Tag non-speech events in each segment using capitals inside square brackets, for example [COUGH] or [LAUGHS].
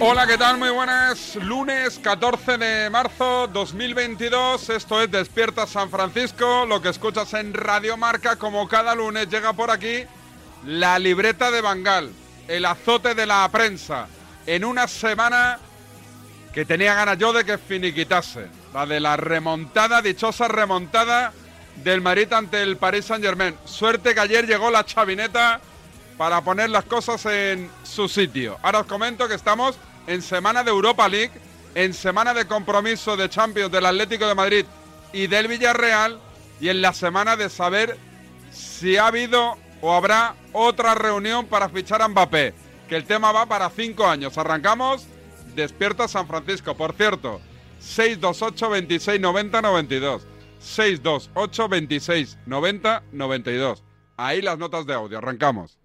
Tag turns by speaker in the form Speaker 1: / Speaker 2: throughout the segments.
Speaker 1: Hola, ¿qué tal? Muy buenas. Lunes 14 de marzo 2022. Esto es Despierta San Francisco. Lo que escuchas en Radio Marca, como cada lunes, llega por aquí la libreta de Bangal, el azote de la prensa. En una semana que tenía ganas yo de que finiquitase. La de la remontada, dichosa remontada del Madrid ante el Paris Saint-Germain. Suerte que ayer llegó la chavineta para poner las cosas en su sitio. Ahora os comento que estamos en semana de Europa League, en semana de compromiso de Champions del Atlético de Madrid y del Villarreal, y en la semana de saber si ha habido o habrá otra reunión para fichar a Mbappé, que el tema va para cinco años. Arrancamos, despierta San Francisco, por cierto, 628 26 90 92. 628 26 90 92. Ahí las notas de audio, arrancamos.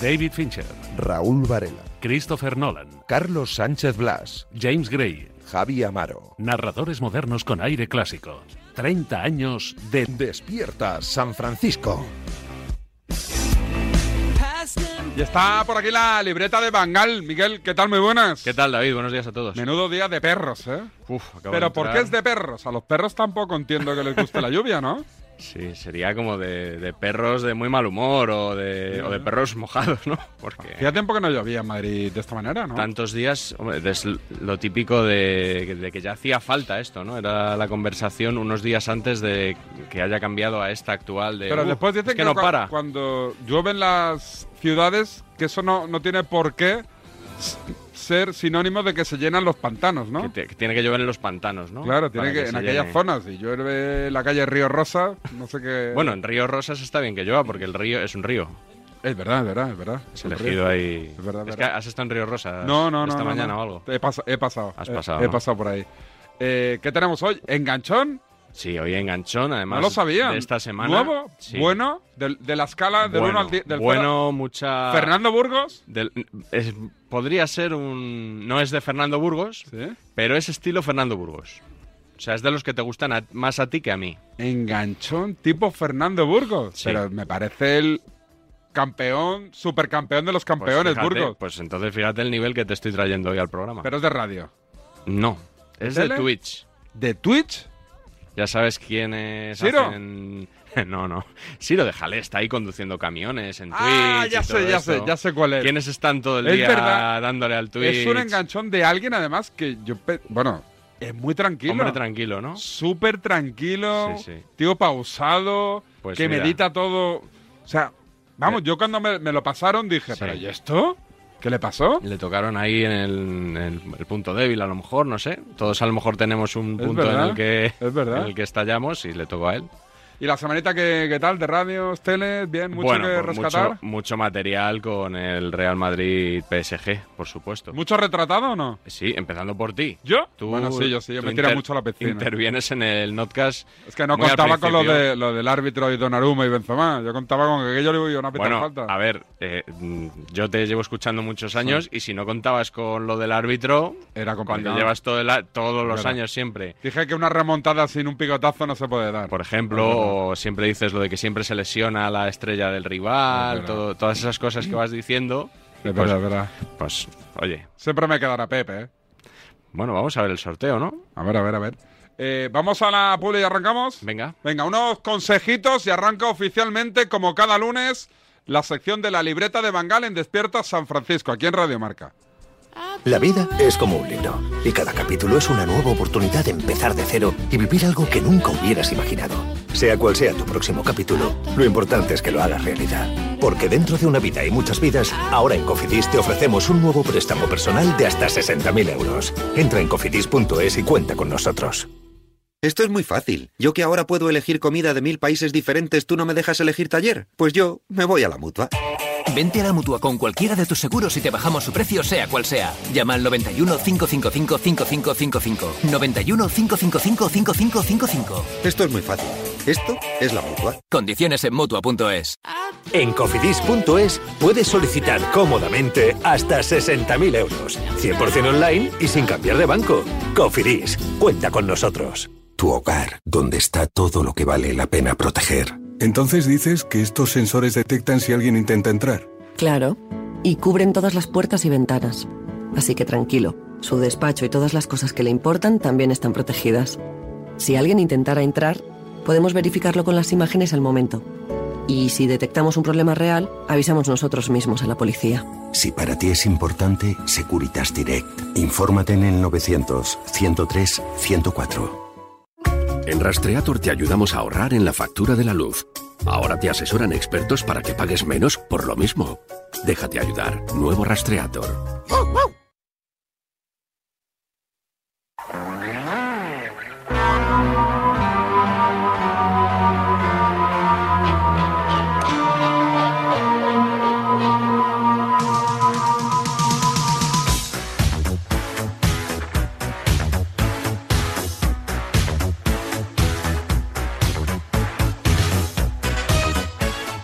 Speaker 2: David Fincher,
Speaker 3: Raúl Varela,
Speaker 2: Christopher Nolan,
Speaker 3: Carlos Sánchez Blas,
Speaker 2: James Gray,
Speaker 3: Javi Amaro.
Speaker 2: Narradores modernos con aire clásico. 30 años de
Speaker 3: Despierta San Francisco.
Speaker 1: Y está por aquí la libreta de Bangal. Miguel, ¿qué tal? Muy buenas.
Speaker 4: ¿Qué tal, David? Buenos días a todos.
Speaker 1: Menudo día de perros, ¿eh?
Speaker 4: Uf, acabo de
Speaker 1: Pero ¿por qué
Speaker 4: entrar.
Speaker 1: es de perros? A los perros tampoco entiendo que les guste la lluvia, ¿no?
Speaker 4: Sí, sería como de, de perros de muy mal humor o de, o de perros mojados, [LAUGHS] ¿no? Porque
Speaker 1: Hacía tiempo que no llovía en Madrid de esta manera, ¿no?
Speaker 4: tantos días, hombre, es lo típico de, de que ya hacía falta esto, ¿no? Era la conversación unos días antes de que haya cambiado a esta actual de...
Speaker 1: Pero
Speaker 4: "Uf,
Speaker 1: después dicen
Speaker 4: uh, es que, no
Speaker 1: cua-
Speaker 4: para.
Speaker 1: cuando llueven las ciudades, que eso no, no tiene por qué s- ser sinónimo de que se llenan los pantanos, ¿no?
Speaker 4: Que, te- que tiene que llover en los pantanos, ¿no?
Speaker 1: Claro, tiene
Speaker 4: Para
Speaker 1: que,
Speaker 4: se
Speaker 1: en aquellas
Speaker 4: llene.
Speaker 1: zonas, si llueve la calle Río Rosa, no sé qué...
Speaker 4: [LAUGHS] Bueno, en Río Rosas está bien que llueva porque el río es un río.
Speaker 1: Es verdad, es verdad, es verdad.
Speaker 4: Es elegido ahí.
Speaker 1: Es verdad,
Speaker 4: es que
Speaker 1: verdad.
Speaker 4: has estado en Río Rosas
Speaker 1: No, no, no.
Speaker 4: esta
Speaker 1: no,
Speaker 4: mañana
Speaker 1: no.
Speaker 4: o algo.
Speaker 1: He, pas- he pasado.
Speaker 4: Has
Speaker 1: He-
Speaker 4: pasado,
Speaker 1: He,
Speaker 4: ¿no?
Speaker 1: pasado por ahí. Eh, ¿Qué tenemos hoy? ¿Enganchón?
Speaker 4: Sí, hoy enganchón, además.
Speaker 1: no lo sabía.
Speaker 4: De esta semana.
Speaker 1: ¿Nuevo?
Speaker 4: Sí.
Speaker 1: ¿Bueno? De, de la escala del 1
Speaker 4: bueno,
Speaker 1: al 10. del
Speaker 4: bueno, mucha.
Speaker 1: fuera- ¿Fernando Burgos?
Speaker 4: del- es- podría ser un. No es de Fernando Burgos,
Speaker 1: Sí.
Speaker 4: pero es estilo Fernando Burgos. O sea, es de los que te gustan a- más a ti que a mí.
Speaker 1: Enganchón tipo Fernando Burgos.
Speaker 4: Sí.
Speaker 1: Pero me parece el campeón, supercampeón de los
Speaker 4: Pues
Speaker 1: campeones,
Speaker 4: fíjate-
Speaker 1: Burgos.
Speaker 4: Pues entonces fíjate el nivel que te estoy trayendo hoy al programa.
Speaker 1: Pero es de radio.
Speaker 4: no, es
Speaker 1: tele?
Speaker 4: de Twitch.
Speaker 1: ¿De Twitch?
Speaker 4: Ya sabes quiénes
Speaker 1: ¿Siro?
Speaker 4: hacen... [LAUGHS] No, no. Siro de Jalé está ahí conduciendo camiones en Twitch.
Speaker 1: ah,
Speaker 4: y
Speaker 1: ya
Speaker 4: todo
Speaker 1: sé, ya
Speaker 4: esto.
Speaker 1: sé, ya sé cuál es.
Speaker 4: ¿Quiénes están todo el
Speaker 1: Es
Speaker 4: día
Speaker 1: verdad.
Speaker 4: dándole al Twitch?
Speaker 1: Es un enganchón de alguien, además, que yo. pe- Bueno, es muy tranquilo.
Speaker 4: Hombre tranquilo, ¿no?
Speaker 1: Súper tranquilo.
Speaker 4: Sí, sí.
Speaker 1: Tío pausado.
Speaker 4: Pues
Speaker 1: que
Speaker 4: mira. Eh.
Speaker 1: medita todo. O sea, vamos, yo cuando me, me lo pasaron dije,
Speaker 4: Sí.
Speaker 1: ¿pero y esto? ¿Qué le pasó?
Speaker 4: Le tocaron ahí en el, en el- el punto débil, a lo mejor, no sé. Todos a lo mejor tenemos un
Speaker 1: Es
Speaker 4: punto
Speaker 1: verdad,
Speaker 4: en el que
Speaker 1: es verdad.
Speaker 4: en el que estallamos y le tocó a él.
Speaker 1: ¿Y la semanita que, qué tal? ¿De radios, teles? ¿Bien? ¿Mucho
Speaker 4: bueno,
Speaker 1: que
Speaker 4: pues
Speaker 1: rescatar?
Speaker 4: Mucho, mucho material con el Real Madrid PSG, por supuesto.
Speaker 1: ¿Mucho retratado o no?
Speaker 4: Sí, empezando por ti.
Speaker 1: ¿Yo?
Speaker 4: Tú,
Speaker 1: bueno, sí, yo sí, yo
Speaker 4: tú
Speaker 1: me tira
Speaker 4: inter-
Speaker 1: mucho a la piscina.
Speaker 4: Intervienes en el notcast.
Speaker 1: Es que no
Speaker 4: muy al
Speaker 1: contaba con lo,
Speaker 4: principio.
Speaker 1: de, lo del árbitro y Donnarumma y Benzema. Yo contaba con que aquello le iba a una pita
Speaker 4: Bueno,
Speaker 1: falta.
Speaker 4: a ver, eh, mm, yo te llevo escuchando muchos años y si no contabas con lo del árbitro,
Speaker 1: Era complicado.
Speaker 4: cuando llevas todo el a- todos los
Speaker 1: Claro.
Speaker 4: años siempre,
Speaker 1: Dije que una remontada sin un picotazo no se puede dar.
Speaker 4: por
Speaker 1: Es
Speaker 4: ejemplo,
Speaker 1: verdad.
Speaker 4: o siempre dices lo de que siempre se lesiona a la estrella del rival, todo- todas esas cosas
Speaker 1: Mm.
Speaker 4: que vas diciendo. y pues,
Speaker 1: Es verdad, es verdad.
Speaker 4: pues, oye,
Speaker 1: Siempre me quedará Pepe, ¿eh?
Speaker 4: bueno, vamos a ver el sorteo, ¿no?
Speaker 1: A ver, a ver, a ver. Eh, Vamos a la pula y arrancamos.
Speaker 4: Venga.
Speaker 1: Venga, unos consejitos y arranca oficialmente, como cada lunes, la sección de la libreta de Bangal en Despierta San Francisco, aquí en Radio Marca.
Speaker 5: La vida es como un libro y cada capítulo es una nueva oportunidad de empezar de cero y vivir algo que nunca hubieras imaginado. Sea cual sea tu próximo capítulo, lo importante es que lo hagas realidad. Porque dentro de una vida y muchas vidas, ahora en Cofidis te ofrecemos un nuevo préstamo personal de hasta 60.000 euros. Entra en cofidis.es y cuenta con nosotros.
Speaker 6: Esto es muy fácil. Yo que ahora puedo elegir comida de mil países diferentes, ¿tú no me dejas elegir taller? Pues yo me voy a la mutua.
Speaker 7: Vente a la mutua con cualquiera de tus seguros y te bajamos su precio, sea cual sea. Llama al 91 555 5555. 91 555 5555.
Speaker 6: Esto es muy fácil. Esto es la mutua.
Speaker 7: Condiciones en mutua.es.
Speaker 5: En cofidis.es puedes solicitar cómodamente hasta 60.000 euros, 100% online y sin cambiar de banco. Cofidis, cuenta con nosotros.
Speaker 3: Tu hogar, donde está todo lo que vale la pena proteger. Entonces dices que estos sensores detectan si alguien intenta entrar.
Speaker 8: Claro, y cubren todas las puertas y ventanas. Así que tranquilo, su despacho y todas las cosas que le importan también están protegidas. Si alguien intentara entrar, podemos verificarlo con las imágenes al momento. Y si detectamos un problema real, avisamos nosotros mismos a la policía.
Speaker 9: Si para ti es importante, Securitas Direct. Infórmate en el 900-103-104.
Speaker 10: En Rastreator te ayudamos a ahorrar en la factura de la luz. Ahora te asesoran expertos para que pagues menos por lo mismo. Déjate ayudar. Nuevo Rastreator.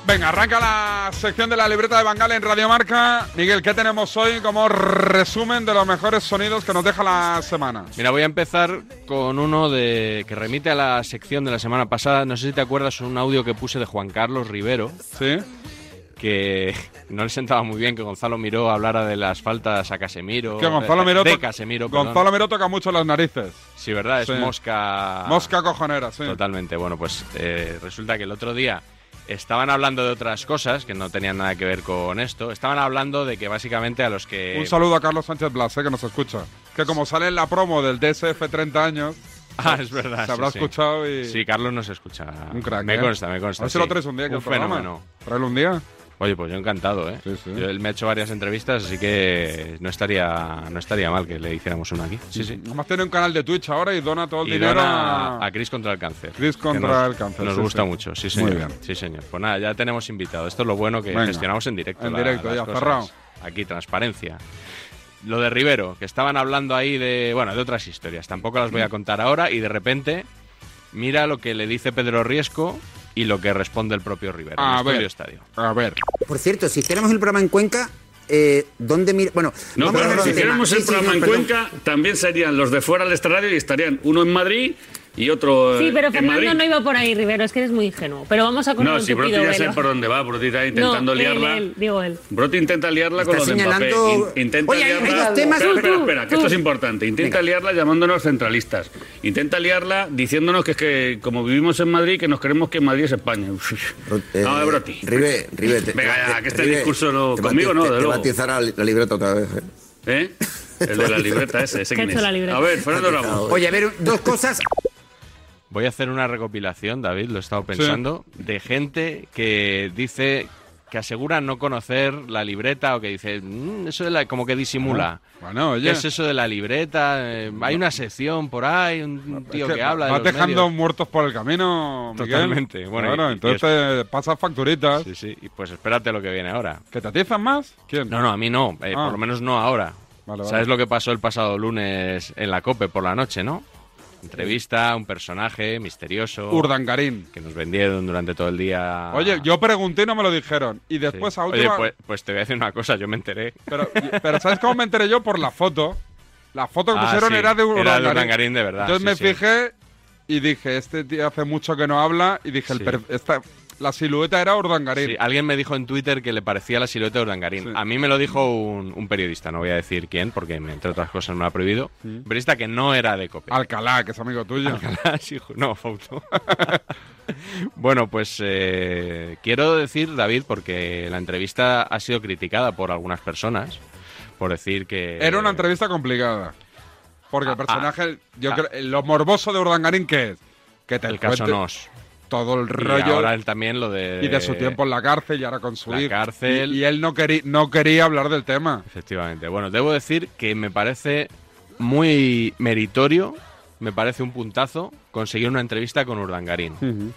Speaker 1: Venga, arranca la sección de la libreta de Bangal en Radio Marca. Miguel, ¿qué tenemos hoy como resumen de los mejores sonidos que nos deja la semana?
Speaker 4: Mira, voy a empezar con uno de que remite a la sección de la semana pasada. No sé si te acuerdas un audio que puse de Juan Carlos Rivero.
Speaker 1: Sí.
Speaker 4: Que no le sentaba muy bien que Gonzalo Miró hablara de las faltas a Casemiro.
Speaker 1: Que Gonzalo Miró,
Speaker 4: Oh, de
Speaker 1: to-
Speaker 4: Casemiro, perdón.
Speaker 1: Gonzalo Miró toca mucho las narices.
Speaker 4: Sí, ¿verdad? Es
Speaker 1: Sí.
Speaker 4: mosca.
Speaker 1: Mosca cojonera, sí.
Speaker 4: Totalmente. Bueno, pues eh, resulta que el otro día estaban hablando de otras cosas que no tenían nada que ver con esto. Estaban hablando de que básicamente a los que.
Speaker 1: Un saludo a Carlos Sánchez Blas, eh, que nos escucha. Que como sale en la promo del DSF 30 años,
Speaker 4: [LAUGHS] Ah, es verdad.
Speaker 1: se habrá
Speaker 4: sí, sí.
Speaker 1: escuchado y.
Speaker 4: Sí, Carlos nos escucha.
Speaker 1: Un crack.
Speaker 4: Me
Speaker 1: ¿eh?
Speaker 4: consta, me consta.
Speaker 1: A ver
Speaker 4: sí.
Speaker 1: si lo traes un día que
Speaker 4: Un fenómeno.
Speaker 1: un día?
Speaker 4: Oye, pues yo encantado, ¿eh? Yo- él me ha hecho varias entrevistas, así que no estaría, no estaría mal que le hiciéramos una aquí. Sí, sí.
Speaker 1: Además tiene un canal de Twitch ahora y dona todo el
Speaker 4: Y
Speaker 1: dinero
Speaker 4: dona
Speaker 1: a-
Speaker 4: a Cris contra el cáncer.
Speaker 1: Cris
Speaker 4: que
Speaker 1: contra
Speaker 4: nos-
Speaker 1: el cáncer,
Speaker 4: Nos
Speaker 1: sí,
Speaker 4: gusta
Speaker 1: sí.
Speaker 4: mucho, sí,
Speaker 1: Muy
Speaker 4: señor.
Speaker 1: bien.
Speaker 4: Sí, señor. Pues nada, ya tenemos invitado. Esto es lo bueno que
Speaker 1: Venga.
Speaker 4: gestionamos en directo.
Speaker 1: En
Speaker 4: la-
Speaker 1: directo,
Speaker 4: las
Speaker 1: ya,
Speaker 4: cosas.
Speaker 1: cerrado.
Speaker 4: Aquí, transparencia. Lo de Rivero, que estaban hablando ahí de, bueno, de otras historias. Tampoco las voy a contar ahora y de repente mira lo que le dice Pedro Riesco y lo que responde el propio Rivero. en
Speaker 2: A
Speaker 4: Estudio
Speaker 2: ver.
Speaker 4: Estadio.
Speaker 1: A ver.
Speaker 2: Por cierto, si hiciéramos el programa en Cuenca, eh, ¿dónde mira? Bueno,
Speaker 11: No,
Speaker 2: vamos a
Speaker 11: pero
Speaker 2: otro
Speaker 11: si
Speaker 2: tema.
Speaker 11: hiciéramos
Speaker 2: Sí,
Speaker 11: el
Speaker 2: sí,
Speaker 11: programa
Speaker 2: no,
Speaker 11: en
Speaker 2: perdón.
Speaker 11: Cuenca, también serían los de fuera del extraradio y estarían uno en Madrid y otro eh,
Speaker 12: Sí, pero
Speaker 11: en
Speaker 12: Fernando
Speaker 11: Madrid.
Speaker 12: no iba por ahí, Rivero, es que eres muy ingenuo. Pero vamos a correr
Speaker 11: No,
Speaker 12: un
Speaker 11: si Broti
Speaker 12: tupido
Speaker 11: ya
Speaker 12: velo.
Speaker 11: sé por dónde va, Broti está intentando
Speaker 12: no, él,
Speaker 11: liarla.
Speaker 12: él, digo él.
Speaker 11: Broti intenta liarla con
Speaker 2: Está
Speaker 11: los de Mbappé.
Speaker 2: señalando-
Speaker 11: In- intenta
Speaker 2: Oye, hay- hay
Speaker 11: liarla.
Speaker 2: dos temas-
Speaker 11: Espera,
Speaker 2: Tú,
Speaker 11: espera,
Speaker 2: tú,
Speaker 11: espera, que
Speaker 2: tú.
Speaker 11: esto es importante. Intenta liarla llamándonos centralistas. Intenta liarla diciéndonos que es que, como vivimos en Madrid, que nos creemos que Madrid es España. [LAUGHS]
Speaker 2: eh,
Speaker 11: no, Broti.
Speaker 13: Eh, Ribe,
Speaker 11: [LAUGHS]
Speaker 13: Ribe, te-
Speaker 11: Venga,
Speaker 13: te-
Speaker 11: ya, que este
Speaker 13: Ribe,
Speaker 11: discurso no,
Speaker 13: te va a
Speaker 11: conmigo
Speaker 13: ti-
Speaker 11: no,
Speaker 13: te-
Speaker 11: de
Speaker 13: Te va a
Speaker 11: luego.
Speaker 13: atizar la, la libreta otra vez. ¿eh? [LAUGHS]
Speaker 11: ¿Eh? El de la libreta ese, ese
Speaker 13: ¿Qué ha
Speaker 11: quién
Speaker 13: hecho
Speaker 11: es.
Speaker 13: la libreta?
Speaker 11: A ver, Fernando Ramos.
Speaker 2: Oye, a ver, dos cosas.
Speaker 4: Voy a hacer una recopilación, David, lo he estado pensando, de gente que dice que asegura no conocer la libreta o que dice, "Mm, eso de la, como que disimula.
Speaker 1: Bueno, oye.
Speaker 4: ¿Qué es eso de la libreta? Eh, hay una sección por ahí, un tío
Speaker 1: Es
Speaker 4: que, habla de
Speaker 1: vas
Speaker 4: los
Speaker 1: dejando
Speaker 4: medios.
Speaker 1: muertos por el camino, Miguel.
Speaker 4: Totalmente. Bueno,
Speaker 1: Claro,
Speaker 4: y- y
Speaker 1: entonces te pasas facturitas.
Speaker 4: Sí, sí. Y pues espérate lo que viene ahora.
Speaker 1: ¿Que te atizan más? ¿Quién?
Speaker 4: No, no, a mí no. eh,
Speaker 1: Ah.
Speaker 4: Por lo menos no ahora.
Speaker 1: Vale, vale.
Speaker 4: ¿Sabes lo que pasó el pasado lunes en la COPE por la noche, no? Entrevista, un personaje misterioso.
Speaker 1: Urdangarín.
Speaker 4: Que nos vendieron durante todo el día.
Speaker 1: Oye, yo pregunté y no me lo dijeron. Y
Speaker 4: Ah. Sí.
Speaker 1: después a
Speaker 4: Oye,
Speaker 1: última...
Speaker 4: pues, pues te voy a decir una cosa, yo me enteré.
Speaker 1: Pero, pero ¿sabes cómo me enteré yo? Por la foto. La foto que
Speaker 4: Ah,
Speaker 1: pusieron
Speaker 4: sí,
Speaker 1: era de
Speaker 4: era de
Speaker 1: Urdangarín.
Speaker 4: Urdangarín, de verdad,
Speaker 1: Entonces
Speaker 4: sí,
Speaker 1: me
Speaker 4: sí.
Speaker 1: fijé y dije, este tío hace mucho que no habla, y dije, el per- esta- la silueta era Urdangarín.
Speaker 4: Sí, ah. alguien me dijo en Twitter que le parecía la silueta de Urdangarín. A mí me lo dijo un, un periodista, no voy a decir quién, porque entre otras cosas me lo ha prohibido. Un periodista que no era de COPE.
Speaker 1: Mm. Alcalá, que es amigo tuyo.
Speaker 4: Alcalá, [LAUGHS] sí, ju- no, Fauto. bueno, pues eh, quiero decir, David, porque la entrevista ha sido criticada por algunas personas, por decir que...
Speaker 1: Era una entrevista complicada.
Speaker 4: Ah,
Speaker 1: Porque el personaje, yo creo, eh, lo morboso de Urdangarín, ¿qué es? Que te
Speaker 4: El
Speaker 1: cuente
Speaker 4: caso Nos.
Speaker 1: Todo el
Speaker 4: Y
Speaker 1: rollo.
Speaker 4: ahora él también lo de...
Speaker 1: y de su tiempo en la cárcel y ahora con su
Speaker 4: La
Speaker 1: hija.
Speaker 4: cárcel.
Speaker 1: Y, y él no, quería no quería hablar del tema.
Speaker 4: Efectivamente. Bueno, debo decir que me parece muy meritorio, me parece un puntazo conseguir una entrevista con Urdangarín.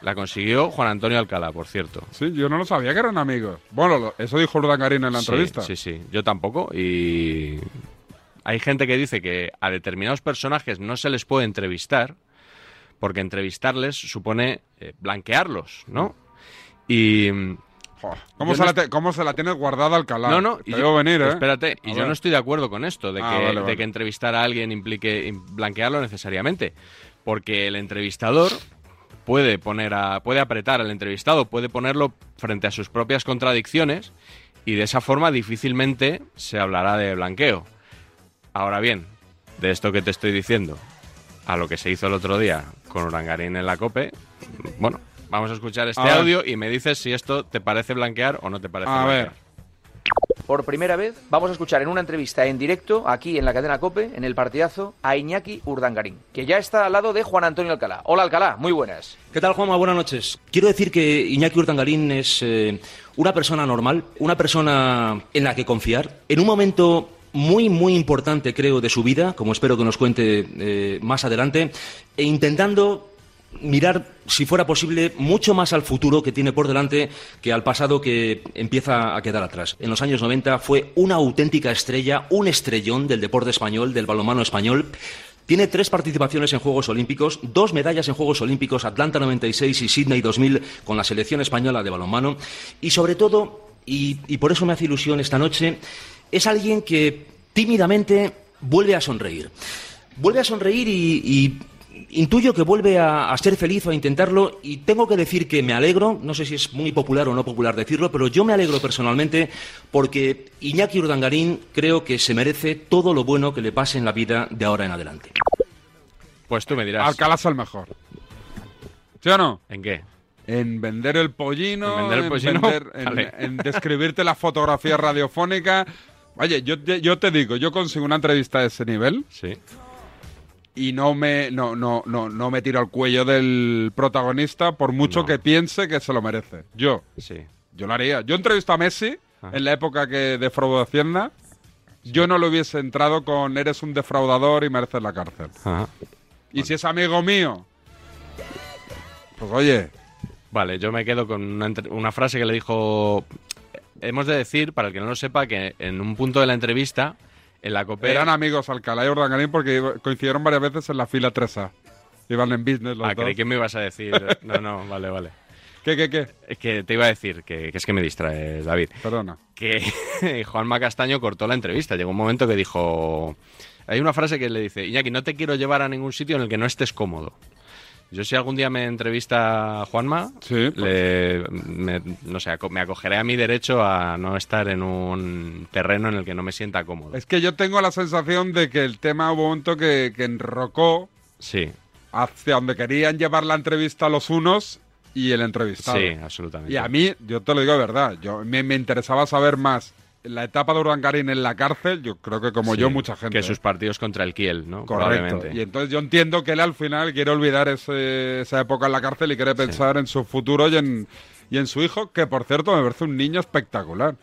Speaker 4: La consiguió Juan Antonio Alcalá, por cierto.
Speaker 1: Sí, yo no lo sabía que eran amigos. Bueno, lo- eso dijo Urdangarín en la
Speaker 4: Sí,
Speaker 1: entrevista.
Speaker 4: Sí, sí, yo tampoco. Y hay gente que dice que a determinados personajes no se les puede entrevistar, porque entrevistarles supone eh, blanquearlos, ¿no? Y. mm,
Speaker 1: ¿Cómo,
Speaker 4: yo
Speaker 1: se
Speaker 4: no
Speaker 1: la te- cómo se la tienes guardada Alcalá?
Speaker 4: no, no,
Speaker 1: Te
Speaker 4: y
Speaker 1: veo
Speaker 4: yo-
Speaker 1: venir, ¿eh?
Speaker 4: espérate, y
Speaker 1: A
Speaker 4: yo
Speaker 1: ver.
Speaker 4: no estoy de acuerdo con esto, de,
Speaker 1: Ah,
Speaker 4: que,
Speaker 1: vale,
Speaker 4: de
Speaker 1: vale.
Speaker 4: que entrevistar a alguien implique im- blanquearlo necesariamente, porque el entrevistador puede poner a, puede apretar al entrevistado, puede ponerlo frente a sus propias contradicciones y de esa forma difícilmente se hablará de blanqueo. Ahora bien, de esto que te estoy diciendo, a lo que se hizo el otro día con Urangarín en la COPE, bueno, vamos a escuchar este
Speaker 1: A ver.
Speaker 4: audio y me dices si esto te parece blanquear o no te parece
Speaker 1: A ver.
Speaker 4: blanquear.
Speaker 14: Por primera vez vamos a escuchar en una entrevista en directo, aquí en la cadena COPE, en el partidazo, a Iñaki Urdangarín, que ya está al lado de Juan Antonio Alcalá. Hola Alcalá, muy buenas.
Speaker 6: ¿Qué tal, Juanma? Buenas noches. Quiero decir que Iñaki Urtangarín es eh, una persona normal, una persona en la que confiar. En un momento muy, muy importante, creo, de su vida, como espero que nos cuente eh, más adelante, e intentando mirar, si fuera posible, mucho más al futuro que tiene por delante que al pasado que empieza a quedar atrás. En los años 90 fue una auténtica estrella, un estrellón del deporte español, del balonmano español. Tiene tres participaciones en Juegos Olímpicos, dos medallas en Juegos Olímpicos, Atlanta 96 y Sydney 2000 con la selección española de balonmano. Y sobre todo, y, y por eso me hace ilusión esta noche, es alguien que tímidamente vuelve a sonreír. Vuelve a sonreír y, y intuyo que vuelve a, a ser feliz o a intentarlo y tengo que decir que me alegro, no sé si es muy popular o no popular decirlo, pero yo me alegro personalmente porque Iñaki Urdangarín creo que se merece todo lo bueno que le pase en la vida de ahora en adelante.
Speaker 4: Pues tú me dirás.
Speaker 1: Alcalá es el mejor. ¿Sí o no?
Speaker 4: ¿En qué?
Speaker 1: En vender el pollino,
Speaker 4: En vender el pollino, [LAUGHS]
Speaker 1: vender- en-
Speaker 4: vale.
Speaker 1: en describirte la fotografía radiofónica. Oye, yo te, yo te digo, yo consigo una entrevista de ese nivel.
Speaker 4: Sí.
Speaker 1: Y no me, no, no, no, no me tiro al cuello del protagonista por mucho que piense que se lo merece. Yo.
Speaker 4: Sí.
Speaker 1: Yo lo haría. Yo entrevisto a Messi
Speaker 4: Ah.
Speaker 1: en la época que defraudó Hacienda. Yo no lo hubiese entrado con eres un defraudador y mereces la cárcel. Y si es amigo mío, Pues oye.
Speaker 4: Vale, yo me quedo con una, entre- una frase que le dijo. Hemos de decir, para el que no lo sepa, que en un punto de la entrevista, en la COPE.
Speaker 1: eran amigos Alcalá y Urdangarín porque iba- coincidieron varias veces en la fila 3A. Iban en business los
Speaker 4: Ah,
Speaker 1: dos.
Speaker 4: creí que me ibas a decir. No, no, vale, vale.
Speaker 1: ¿Qué, qué, qué?
Speaker 4: Es que te iba a decir, que, que es que me distraes, David.
Speaker 1: Perdona.
Speaker 4: Que [LAUGHS] Juanma Castaño cortó la entrevista. Llegó un momento que dijo. Hay una frase que le dice: Iñaki, no te quiero llevar a ningún sitio en el que no estés cómodo. Yo, si algún día me entrevista Juanma, le- me, no sé, aco- me acogeré a mi derecho a no estar en un terreno en el que no me sienta cómodo.
Speaker 1: Es que yo tengo la sensación de que el tema hubo un momento que, que enrocó
Speaker 4: Sí,
Speaker 1: hacia donde querían llevar la entrevista a los unos y el entrevistado.
Speaker 4: sí, absolutamente.
Speaker 1: Y a mí, yo te lo digo de verdad, yo me, me interesaba saber más la etapa de Urdangarín en la cárcel, yo creo que como
Speaker 4: Sí,
Speaker 1: yo, mucha gente.
Speaker 4: Que sus partidos contra el Kiel, ¿no?
Speaker 1: Correcto.
Speaker 4: Probablemente.
Speaker 1: Y entonces yo entiendo que él al final quiere olvidar ese- esa época en la cárcel y quiere pensar en su futuro y en, y en su hijo, que por cierto me parece un niño espectacular.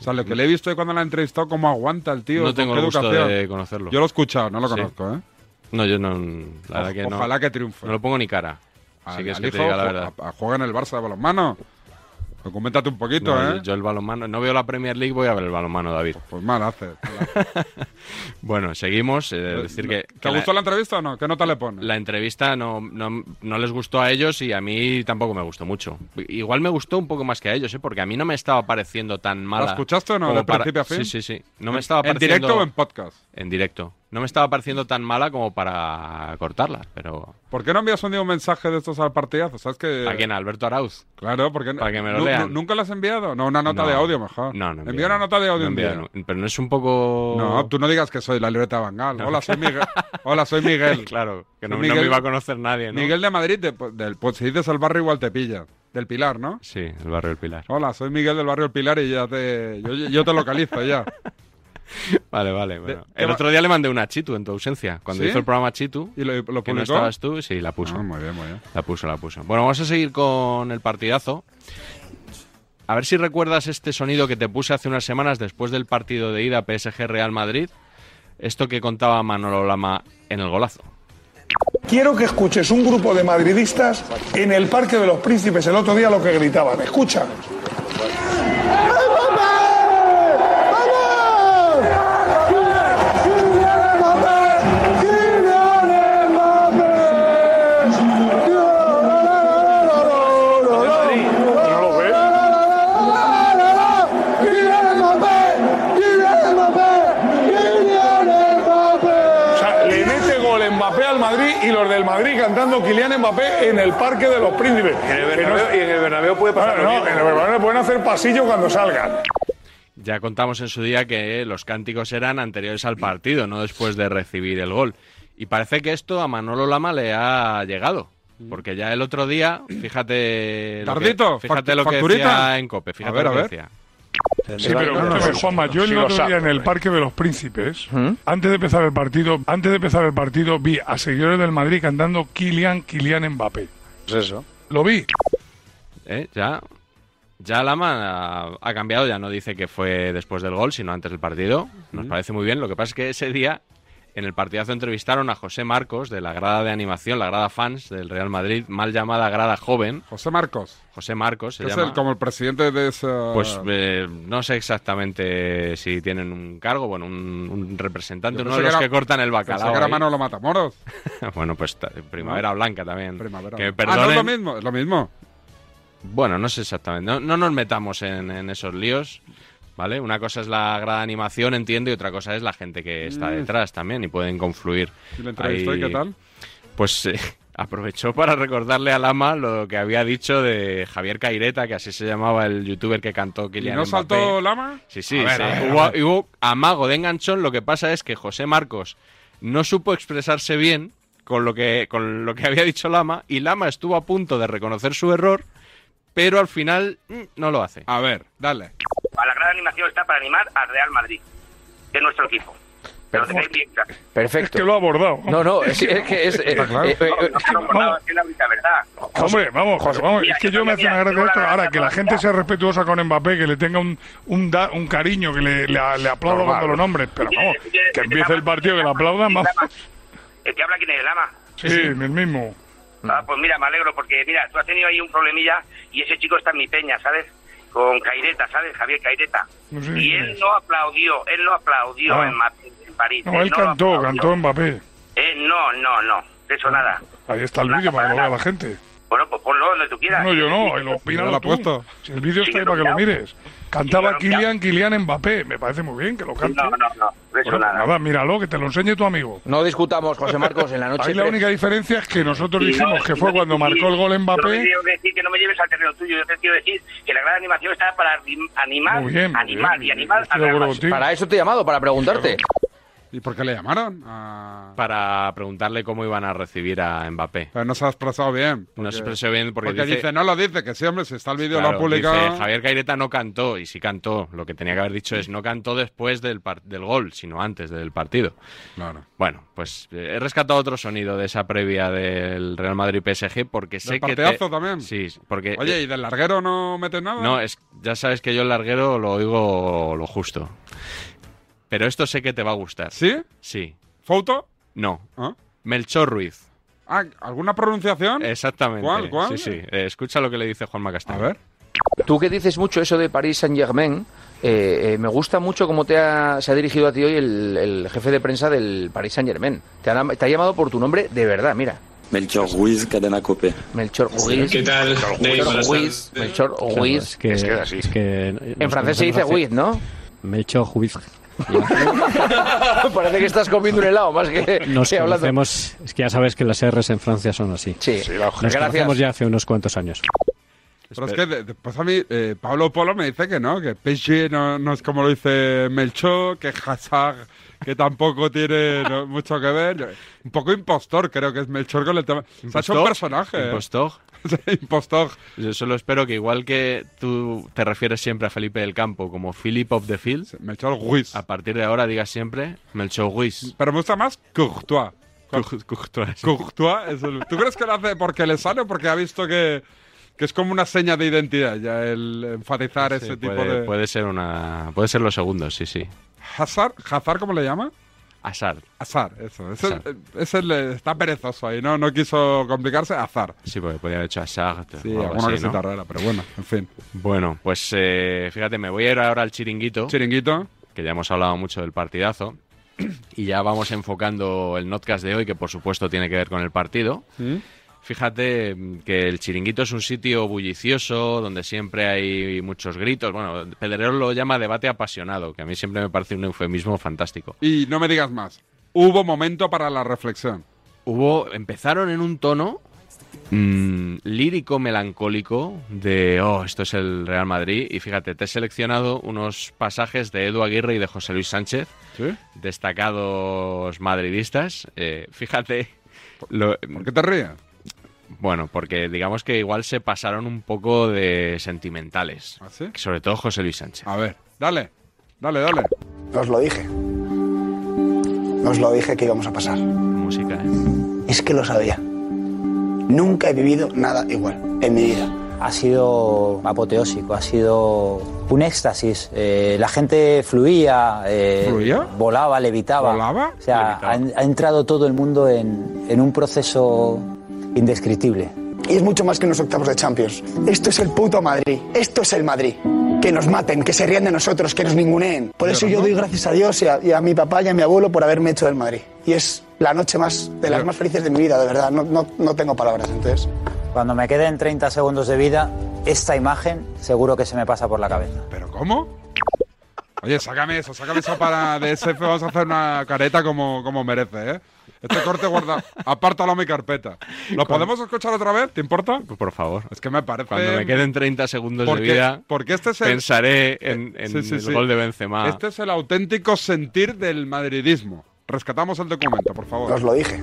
Speaker 1: O sea, lo que le he visto cuando la he entrevistado, cómo aguanta el tío.
Speaker 4: No
Speaker 1: con
Speaker 4: tengo
Speaker 1: qué
Speaker 4: el gusto
Speaker 1: educación.
Speaker 4: de conocerlo.
Speaker 1: Yo lo he escuchado, no lo
Speaker 4: Sí.
Speaker 1: conozco, ¿eh?
Speaker 4: No, yo no. La verdad que no.
Speaker 1: Ojalá que triunfe.
Speaker 4: No lo pongo ni cara.
Speaker 1: Al-
Speaker 4: Así que es
Speaker 1: al
Speaker 4: que te
Speaker 1: hijo,
Speaker 4: diga la
Speaker 1: jo-
Speaker 4: verdad.
Speaker 1: a- a- juega en el Barça de balonmano. Documentate un poquito,
Speaker 4: No,
Speaker 1: ¿eh?
Speaker 4: yo- Yo el balonmano. No veo la Premier League, voy a ver el balonmano, David. Pues,
Speaker 1: mal hace.
Speaker 4: [LAUGHS] bueno, seguimos. eh, decir que.
Speaker 1: ¿Te
Speaker 4: que
Speaker 1: gustó la entrevista o no? ¿Qué nota le pones?
Speaker 4: la entrevista no, no, no les gustó a ellos y a mí tampoco me gustó mucho. Igual me gustó un poco más que a ellos, ¿eh? porque a mí no me estaba pareciendo tan mala.
Speaker 1: ¿La escuchaste o no,
Speaker 4: como
Speaker 1: de principio a fin?
Speaker 4: Sí, sí, sí. No me estaba
Speaker 1: ¿En
Speaker 4: pareciendo...
Speaker 1: directo o en podcast?
Speaker 4: En directo. No me estaba pareciendo tan mala como para cortarla, pero.
Speaker 1: ¿Por qué no envías un día un mensaje de estos al partidazo? ¿Sabes que...
Speaker 4: ¿A quién? ¿A Alberto Arauz?
Speaker 1: Claro, porque...
Speaker 4: Para que me lo
Speaker 1: nu- nu-
Speaker 4: lean.
Speaker 1: ¿Nunca lo has enviado? No, una nota
Speaker 4: No.
Speaker 1: de audio mejor.
Speaker 4: No, no.
Speaker 1: Envía una nota de audio
Speaker 4: no
Speaker 1: un día.
Speaker 4: envía, no. Pero no es un poco.
Speaker 1: No, tú no digas que soy la libreta Bangal. Hola,
Speaker 4: [LAUGHS]
Speaker 1: soy Miguel. Hola, soy Miguel.
Speaker 4: claro, que no, no
Speaker 1: Soy Miguel-
Speaker 4: me iba a conocer nadie, ¿no?
Speaker 1: Miguel de Madrid, de- del, pues, si dices el barrio igual te pilla. Del Pilar, ¿no?
Speaker 4: Sí, el barrio del Pilar.
Speaker 1: Hola, soy Miguel del barrio El Pilar y ya te, yo, yo te localizo ya.
Speaker 4: Vale, vale. bueno.
Speaker 1: ¿qué
Speaker 4: El
Speaker 1: va-
Speaker 4: otro día le mandé una a Chitu en tu ausencia. Cuando
Speaker 1: ¿Sí?
Speaker 4: hizo el programa Chitu,
Speaker 1: ¿Y lo, lo
Speaker 4: que no
Speaker 1: publicó?
Speaker 4: estabas tú, sí, la puso.
Speaker 1: Ah, muy bien, muy bien.
Speaker 4: La puso, la puso. Bueno, vamos a seguir con el partidazo. A ver si recuerdas este sonido que te puse hace unas semanas después del partido de ida PSG-Real Madrid. Esto que contaba Manolo Lama en el golazo.
Speaker 15: Quiero que escuches un grupo de madridistas en el Parque de los Príncipes el otro día lo que gritaban. Escucha. O sea, le mete gol Mbappé al Madrid y los del Madrid cantando Kylian Mbappé en el Parque de los Príncipes.
Speaker 16: y en el Bernabéu puede pasar
Speaker 15: Bueno,
Speaker 16: lo
Speaker 15: no,
Speaker 16: mismo.
Speaker 15: en el Bernabéu le pueden hacer pasillo cuando salgan.
Speaker 4: Ya contamos en su día que los cánticos eran anteriores al partido, no después de recibir el gol. Y parece que esto a Manolo Lama le ha llegado. Porque ya el otro día, fíjate. lo que-
Speaker 1: Mm. Tardito,
Speaker 4: fíjate
Speaker 1: fact-
Speaker 4: lo que
Speaker 1: facturita.
Speaker 4: decía en Cope. Fíjate
Speaker 1: A ver,
Speaker 4: lo que
Speaker 1: a ver.
Speaker 4: decía.
Speaker 15: Sí, pero escúchame, Juanma, yo
Speaker 4: Sí
Speaker 15: el
Speaker 4: lo
Speaker 15: otro día
Speaker 4: sabe.
Speaker 15: en el Parque de los Príncipes,
Speaker 17: ¿Mm?
Speaker 15: antes de empezar el partido, antes de empezar el partido, vi a seguidores del Madrid cantando Kylian, Kylian Mbappé.
Speaker 4: eso.
Speaker 15: Lo vi.
Speaker 4: ¿Eh? Ya. Ya Lama ha, ha cambiado, ya no dice que fue después del gol, sino antes del partido. Nos
Speaker 18: Ujú.
Speaker 4: parece muy bien. Lo que pasa es que ese día, en el partidazo, entrevistaron a José Marcos de la grada de animación, la grada fans del Real Madrid, mal llamada grada joven.
Speaker 1: José Marcos.
Speaker 4: José Marcos [LAUGHS] se
Speaker 1: Que es
Speaker 4: llama.
Speaker 1: el- como el presidente de esa...
Speaker 4: Pues eh, no sé exactamente si tienen un cargo, bueno, un, un representante,
Speaker 1: Yo
Speaker 4: uno
Speaker 1: pensé
Speaker 4: de
Speaker 1: que
Speaker 4: los
Speaker 1: era-
Speaker 4: que cortan el
Speaker 1: pensé
Speaker 4: bacalao.
Speaker 1: que era
Speaker 4: ahí.
Speaker 1: Manolo Matamoros.
Speaker 4: [LAUGHS] bueno, pues ta- Primavera Blanca también.
Speaker 1: Primavera
Speaker 4: Que me
Speaker 1: Blanca. Ah, no es lo
Speaker 4: perdonen.
Speaker 1: mismo, es lo mismo.
Speaker 4: Bueno, no sé exactamente. No, no nos metamos en, en esos líos, ¿vale? Una cosa es la gran animación, entiendo, y otra cosa es la gente que está
Speaker 1: Mm.
Speaker 4: detrás también y pueden confluir.
Speaker 1: Ah, ¿Y la entrevistó y
Speaker 4: Ahí-
Speaker 1: qué tal?
Speaker 4: Pues eh, [LAUGHS] aprovechó para recordarle a Lama lo que había dicho de Javier Caireta, que así se llamaba el youtuber que cantó
Speaker 1: ¿Y
Speaker 4: Kylian
Speaker 1: no
Speaker 4: Mbappé.
Speaker 1: saltó Lama?
Speaker 4: Sí, sí,
Speaker 1: A ver,
Speaker 4: sí.
Speaker 1: a ver,
Speaker 4: hubo,
Speaker 1: a ver.
Speaker 4: hubo amago de enganchón. Lo que pasa es que José Marcos no supo expresarse bien con lo que, con lo que había dicho Lama y Lama estuvo a punto de reconocer su error, pero al final mm, no lo hace.
Speaker 1: A ver, dale.
Speaker 17: A la gran animación está para animar al Real Madrid, que es nuestro equipo. Que lo tengáis bien claro.
Speaker 15: Perfecto. Es que lo ha abordado.
Speaker 17: No, no, es- es que es-
Speaker 15: Está
Speaker 17: eh,
Speaker 15: claro.
Speaker 17: eh, eh, eh, No, no, no, no, es la única verdad.
Speaker 15: Hombre, vamos, José, vamos, es que yo me hace una gracia esto. Ahora, que la gente sea respetuosa con Mbappé, que le tenga un, un, da- un cariño, que le, le- le aplauda
Speaker 17: Normal. eh,
Speaker 15: cuando lo nombres, pero vamos, que empiece el partido, que le aplaudan, vamos.
Speaker 17: El que habla quién es el ama.
Speaker 15: Sí, el mismo.
Speaker 17: Ah, pues mira, me alegro porque, mira, tú has tenido ahí un problemilla y ese chico está en mi peña, ¿sabes? Con Caireta, ¿sabes? Javier Caireta.
Speaker 15: No sé
Speaker 17: Y
Speaker 15: quién
Speaker 17: él
Speaker 15: es.
Speaker 17: no aplaudió, él no aplaudió
Speaker 15: Ah.
Speaker 17: en, Ma- en París.
Speaker 15: No, él
Speaker 17: no lo
Speaker 15: cantó, Ah.
Speaker 17: aplaudió.
Speaker 15: cantó Mbappé.
Speaker 17: Eh, no, no, no, de eso nada.
Speaker 15: Ahí está el vídeo para que lo vea la gente.
Speaker 17: Bueno, pues ponlo donde tú quieras.
Speaker 15: No, yo no, el
Speaker 17: Yo
Speaker 15: opina
Speaker 17: lo he
Speaker 15: tú. Si el vídeo está ahí para que lo mires. Cantaba Kylian, Kylian Mbappé. Me parece muy bien que lo cante.
Speaker 17: No, no, no, de eso
Speaker 15: Bueno,
Speaker 17: nada.
Speaker 15: nada, míralo, que te lo enseñe tu amigo.
Speaker 17: No discutamos, José Marcos, en la noche
Speaker 15: Ahí la
Speaker 17: pre-
Speaker 15: única diferencia es que nosotros
Speaker 17: Y no,
Speaker 15: dijimos que
Speaker 17: y
Speaker 15: fue
Speaker 17: no,
Speaker 15: cuando
Speaker 17: y-
Speaker 15: marcó el gol
Speaker 17: Yo no te
Speaker 15: Mbappé.
Speaker 17: quiero decir que no me lleves al terreno tuyo, yo te quiero decir que la gran animación está para anim- animar,
Speaker 1: Muy bien, muy
Speaker 17: animar
Speaker 1: bien,
Speaker 17: y animar a
Speaker 1: de acuerdo
Speaker 17: la
Speaker 1: contigo. Para
Speaker 17: eso te he llamado, para preguntarte.
Speaker 1: ¿Y por qué le llamaron? Ah.
Speaker 4: Para preguntarle cómo iban a recibir a Mbappé.
Speaker 1: Pero no se ha expresado bien.
Speaker 4: No se expresó bien porque dice-
Speaker 1: no lo dice, que sí, hombre, si está el vídeo lo
Speaker 4: Claro,
Speaker 1: ha publicado.
Speaker 4: dice, Javier Caireta no cantó, y sí cantó. Lo que tenía que haber dicho es no cantó después del, par- del gol, sino antes del partido.
Speaker 1: Claro.
Speaker 4: Bueno, pues eh, he rescatado otro sonido de esa previa del Real Madrid PSG porque sé que. te-
Speaker 1: partidazo también?
Speaker 4: Sí, porque. eh,
Speaker 1: Oye, ¿y del larguero no mete nada?
Speaker 4: No, es, ya sabes que yo el larguero lo oigo lo justo. Pero esto sé que te va a gustar.
Speaker 1: ¿Sí?
Speaker 4: Sí.
Speaker 1: ¿Foto?
Speaker 4: No.
Speaker 1: ¿Ah?
Speaker 4: Melchor Ruiz.
Speaker 1: Ah, ¿Alguna pronunciación?
Speaker 4: Exactamente.
Speaker 1: ¿Cuál, cuál?
Speaker 4: Sí, sí. Eh, escucha lo que le dice Juan Macastaño.
Speaker 1: A ver.
Speaker 14: Tú que dices mucho eso de París Saint Germain, eh, eh, me gusta mucho cómo te ha- se ha dirigido a ti hoy el, el jefe de prensa del París Saint Germain. Te, han- te ha llamado por tu nombre de verdad, mira.
Speaker 19: Melchor Ruiz, cadena cope.
Speaker 14: Melchor Ruiz.
Speaker 19: ¿Qué tal? Dave,
Speaker 14: Melchor
Speaker 19: buenas
Speaker 14: Ruiz.
Speaker 19: tardes.
Speaker 14: Melchor
Speaker 19: Claro,
Speaker 14: Ruiz.
Speaker 19: es que- Es que era así. es que
Speaker 14: en
Speaker 19: nos
Speaker 14: francés se dice
Speaker 19: conocemos hace-
Speaker 14: Ruiz, ¿no?
Speaker 19: Melchor Ruiz.
Speaker 14: [LAUGHS] Parece que estás comiendo un helado más que,
Speaker 20: Nos
Speaker 14: que hablando.
Speaker 20: conocemos, es que ya sabes que las R's en Francia son así.
Speaker 14: Sí, Sí, la-
Speaker 20: Nos
Speaker 14: gracias.
Speaker 20: conocemos ya hace unos cuantos años.
Speaker 1: Pero es que de- después a mí, eh, Pablo Polo me dice que no, que Pesci no, no es como lo dice Melchor, que Hazard, que tampoco [LAUGHS] tiene no, mucho que ver. Un poco impostor creo que es Melchor con el tema. Se ha hecho un personaje. ¿eh? [LAUGHS]
Speaker 4: Impostor.
Speaker 1: Impostor.
Speaker 4: Yo solo espero que igual que tú te refieres siempre a Felipe del Campo como Philip of the Field,
Speaker 1: Melchor Guis.
Speaker 4: A partir de ahora digas siempre Melchor Guis.
Speaker 1: Pero me gusta más Courtois.
Speaker 4: Courtois.
Speaker 1: Courtois es el- ¿Tú crees que lo hace porque le sale o porque ha visto que, que es como una seña de identidad ya el enfatizar
Speaker 4: Sí,
Speaker 1: ese tipo
Speaker 4: puede,
Speaker 1: de...
Speaker 4: puede ser una, puede ser los segundos, sí, sí.
Speaker 1: ¿Hazard? ¿Hazard cómo le llama?
Speaker 4: Azar.
Speaker 1: Azar, eso. Es el-
Speaker 4: Hazard.
Speaker 1: es el- está perezoso ahí, ¿no? No quiso complicarse. Azar.
Speaker 4: Sí, porque podría haber hecho Azar.
Speaker 1: Sí, alguno que se tardara, pero bueno, en fin.
Speaker 4: Bueno, pues eh, fíjate, me voy a ir ahora al chiringuito.
Speaker 1: Chiringuito.
Speaker 4: Que ya hemos hablado mucho del partidazo. [CLEARS THROAT] Y ya vamos enfocando el notcast de hoy, que por supuesto tiene que ver con el partido. Fíjate mm, que el chiringuito es un sitio bullicioso, donde siempre hay muchos gritos. Bueno, Pedrero lo llama debate apasionado, que a mí siempre me parece un eufemismo fantástico.
Speaker 1: Y no me digas más. Hubo momento para la reflexión.
Speaker 4: Hubo, empezaron en un tono mm, lírico melancólico de, oh, esto es el Real Madrid. Y fíjate, te he seleccionado unos pasajes de Edu Aguirre y de José Luis Sánchez, destacados madridistas. Eh, fíjate.
Speaker 1: ¿Por qué te ríes?
Speaker 4: Bueno, porque digamos que igual se pasaron un poco de sentimentales.
Speaker 1: ¿Ah, sí?
Speaker 4: Sobre todo José Luis Sánchez.
Speaker 1: A ver, dale, dale, dale.
Speaker 21: Os lo dije. Os lo dije que íbamos a pasar.
Speaker 4: Música.
Speaker 21: Es que lo sabía. Nunca he vivido nada igual en mi vida.
Speaker 2: Ha sido apoteósico, ha sido un éxtasis. Eh, la gente fluía, eh,
Speaker 1: ¿Fluía?
Speaker 2: volaba, levitaba.
Speaker 1: ¿Volaba?
Speaker 2: O sea,
Speaker 21: Levitaba.
Speaker 2: Ha, ha entrado todo el mundo en, en un proceso indescriptible.
Speaker 21: Y es mucho más que unos octavos de Champions. Esto es el puto Madrid. Esto es el Madrid. Que nos maten, que se rían de nosotros, que nos ninguneen. Por eso yo doy gracias a Dios y a, y a mi papá y a mi abuelo por haberme hecho del Madrid. Y es la noche más de las más felices de mi vida, de verdad. No, no- no tengo palabras, entonces.
Speaker 2: Cuando me queden 30 segundos de vida, esta imagen seguro que se me pasa por la cabeza.
Speaker 1: ¿Pero cómo? Oye, sácame eso, sácame eso para de SF. Vamos a hacer una careta como, como merece, ¿eh? Este corte guarda, apártalo a mi carpeta. ¿Lo podemos escuchar otra vez? ¿Te importa?
Speaker 4: Por favor.
Speaker 1: Es que me parece.
Speaker 4: Cuando me queden 30 segundos de
Speaker 1: Porque-
Speaker 4: vida,
Speaker 1: porque este es el-
Speaker 4: pensaré en, en
Speaker 1: Sí, sí,
Speaker 4: el
Speaker 1: sí.
Speaker 4: gol de Benzema.
Speaker 1: Este es el auténtico sentir del madridismo. Rescatamos el documento, por favor.
Speaker 21: Os lo dije.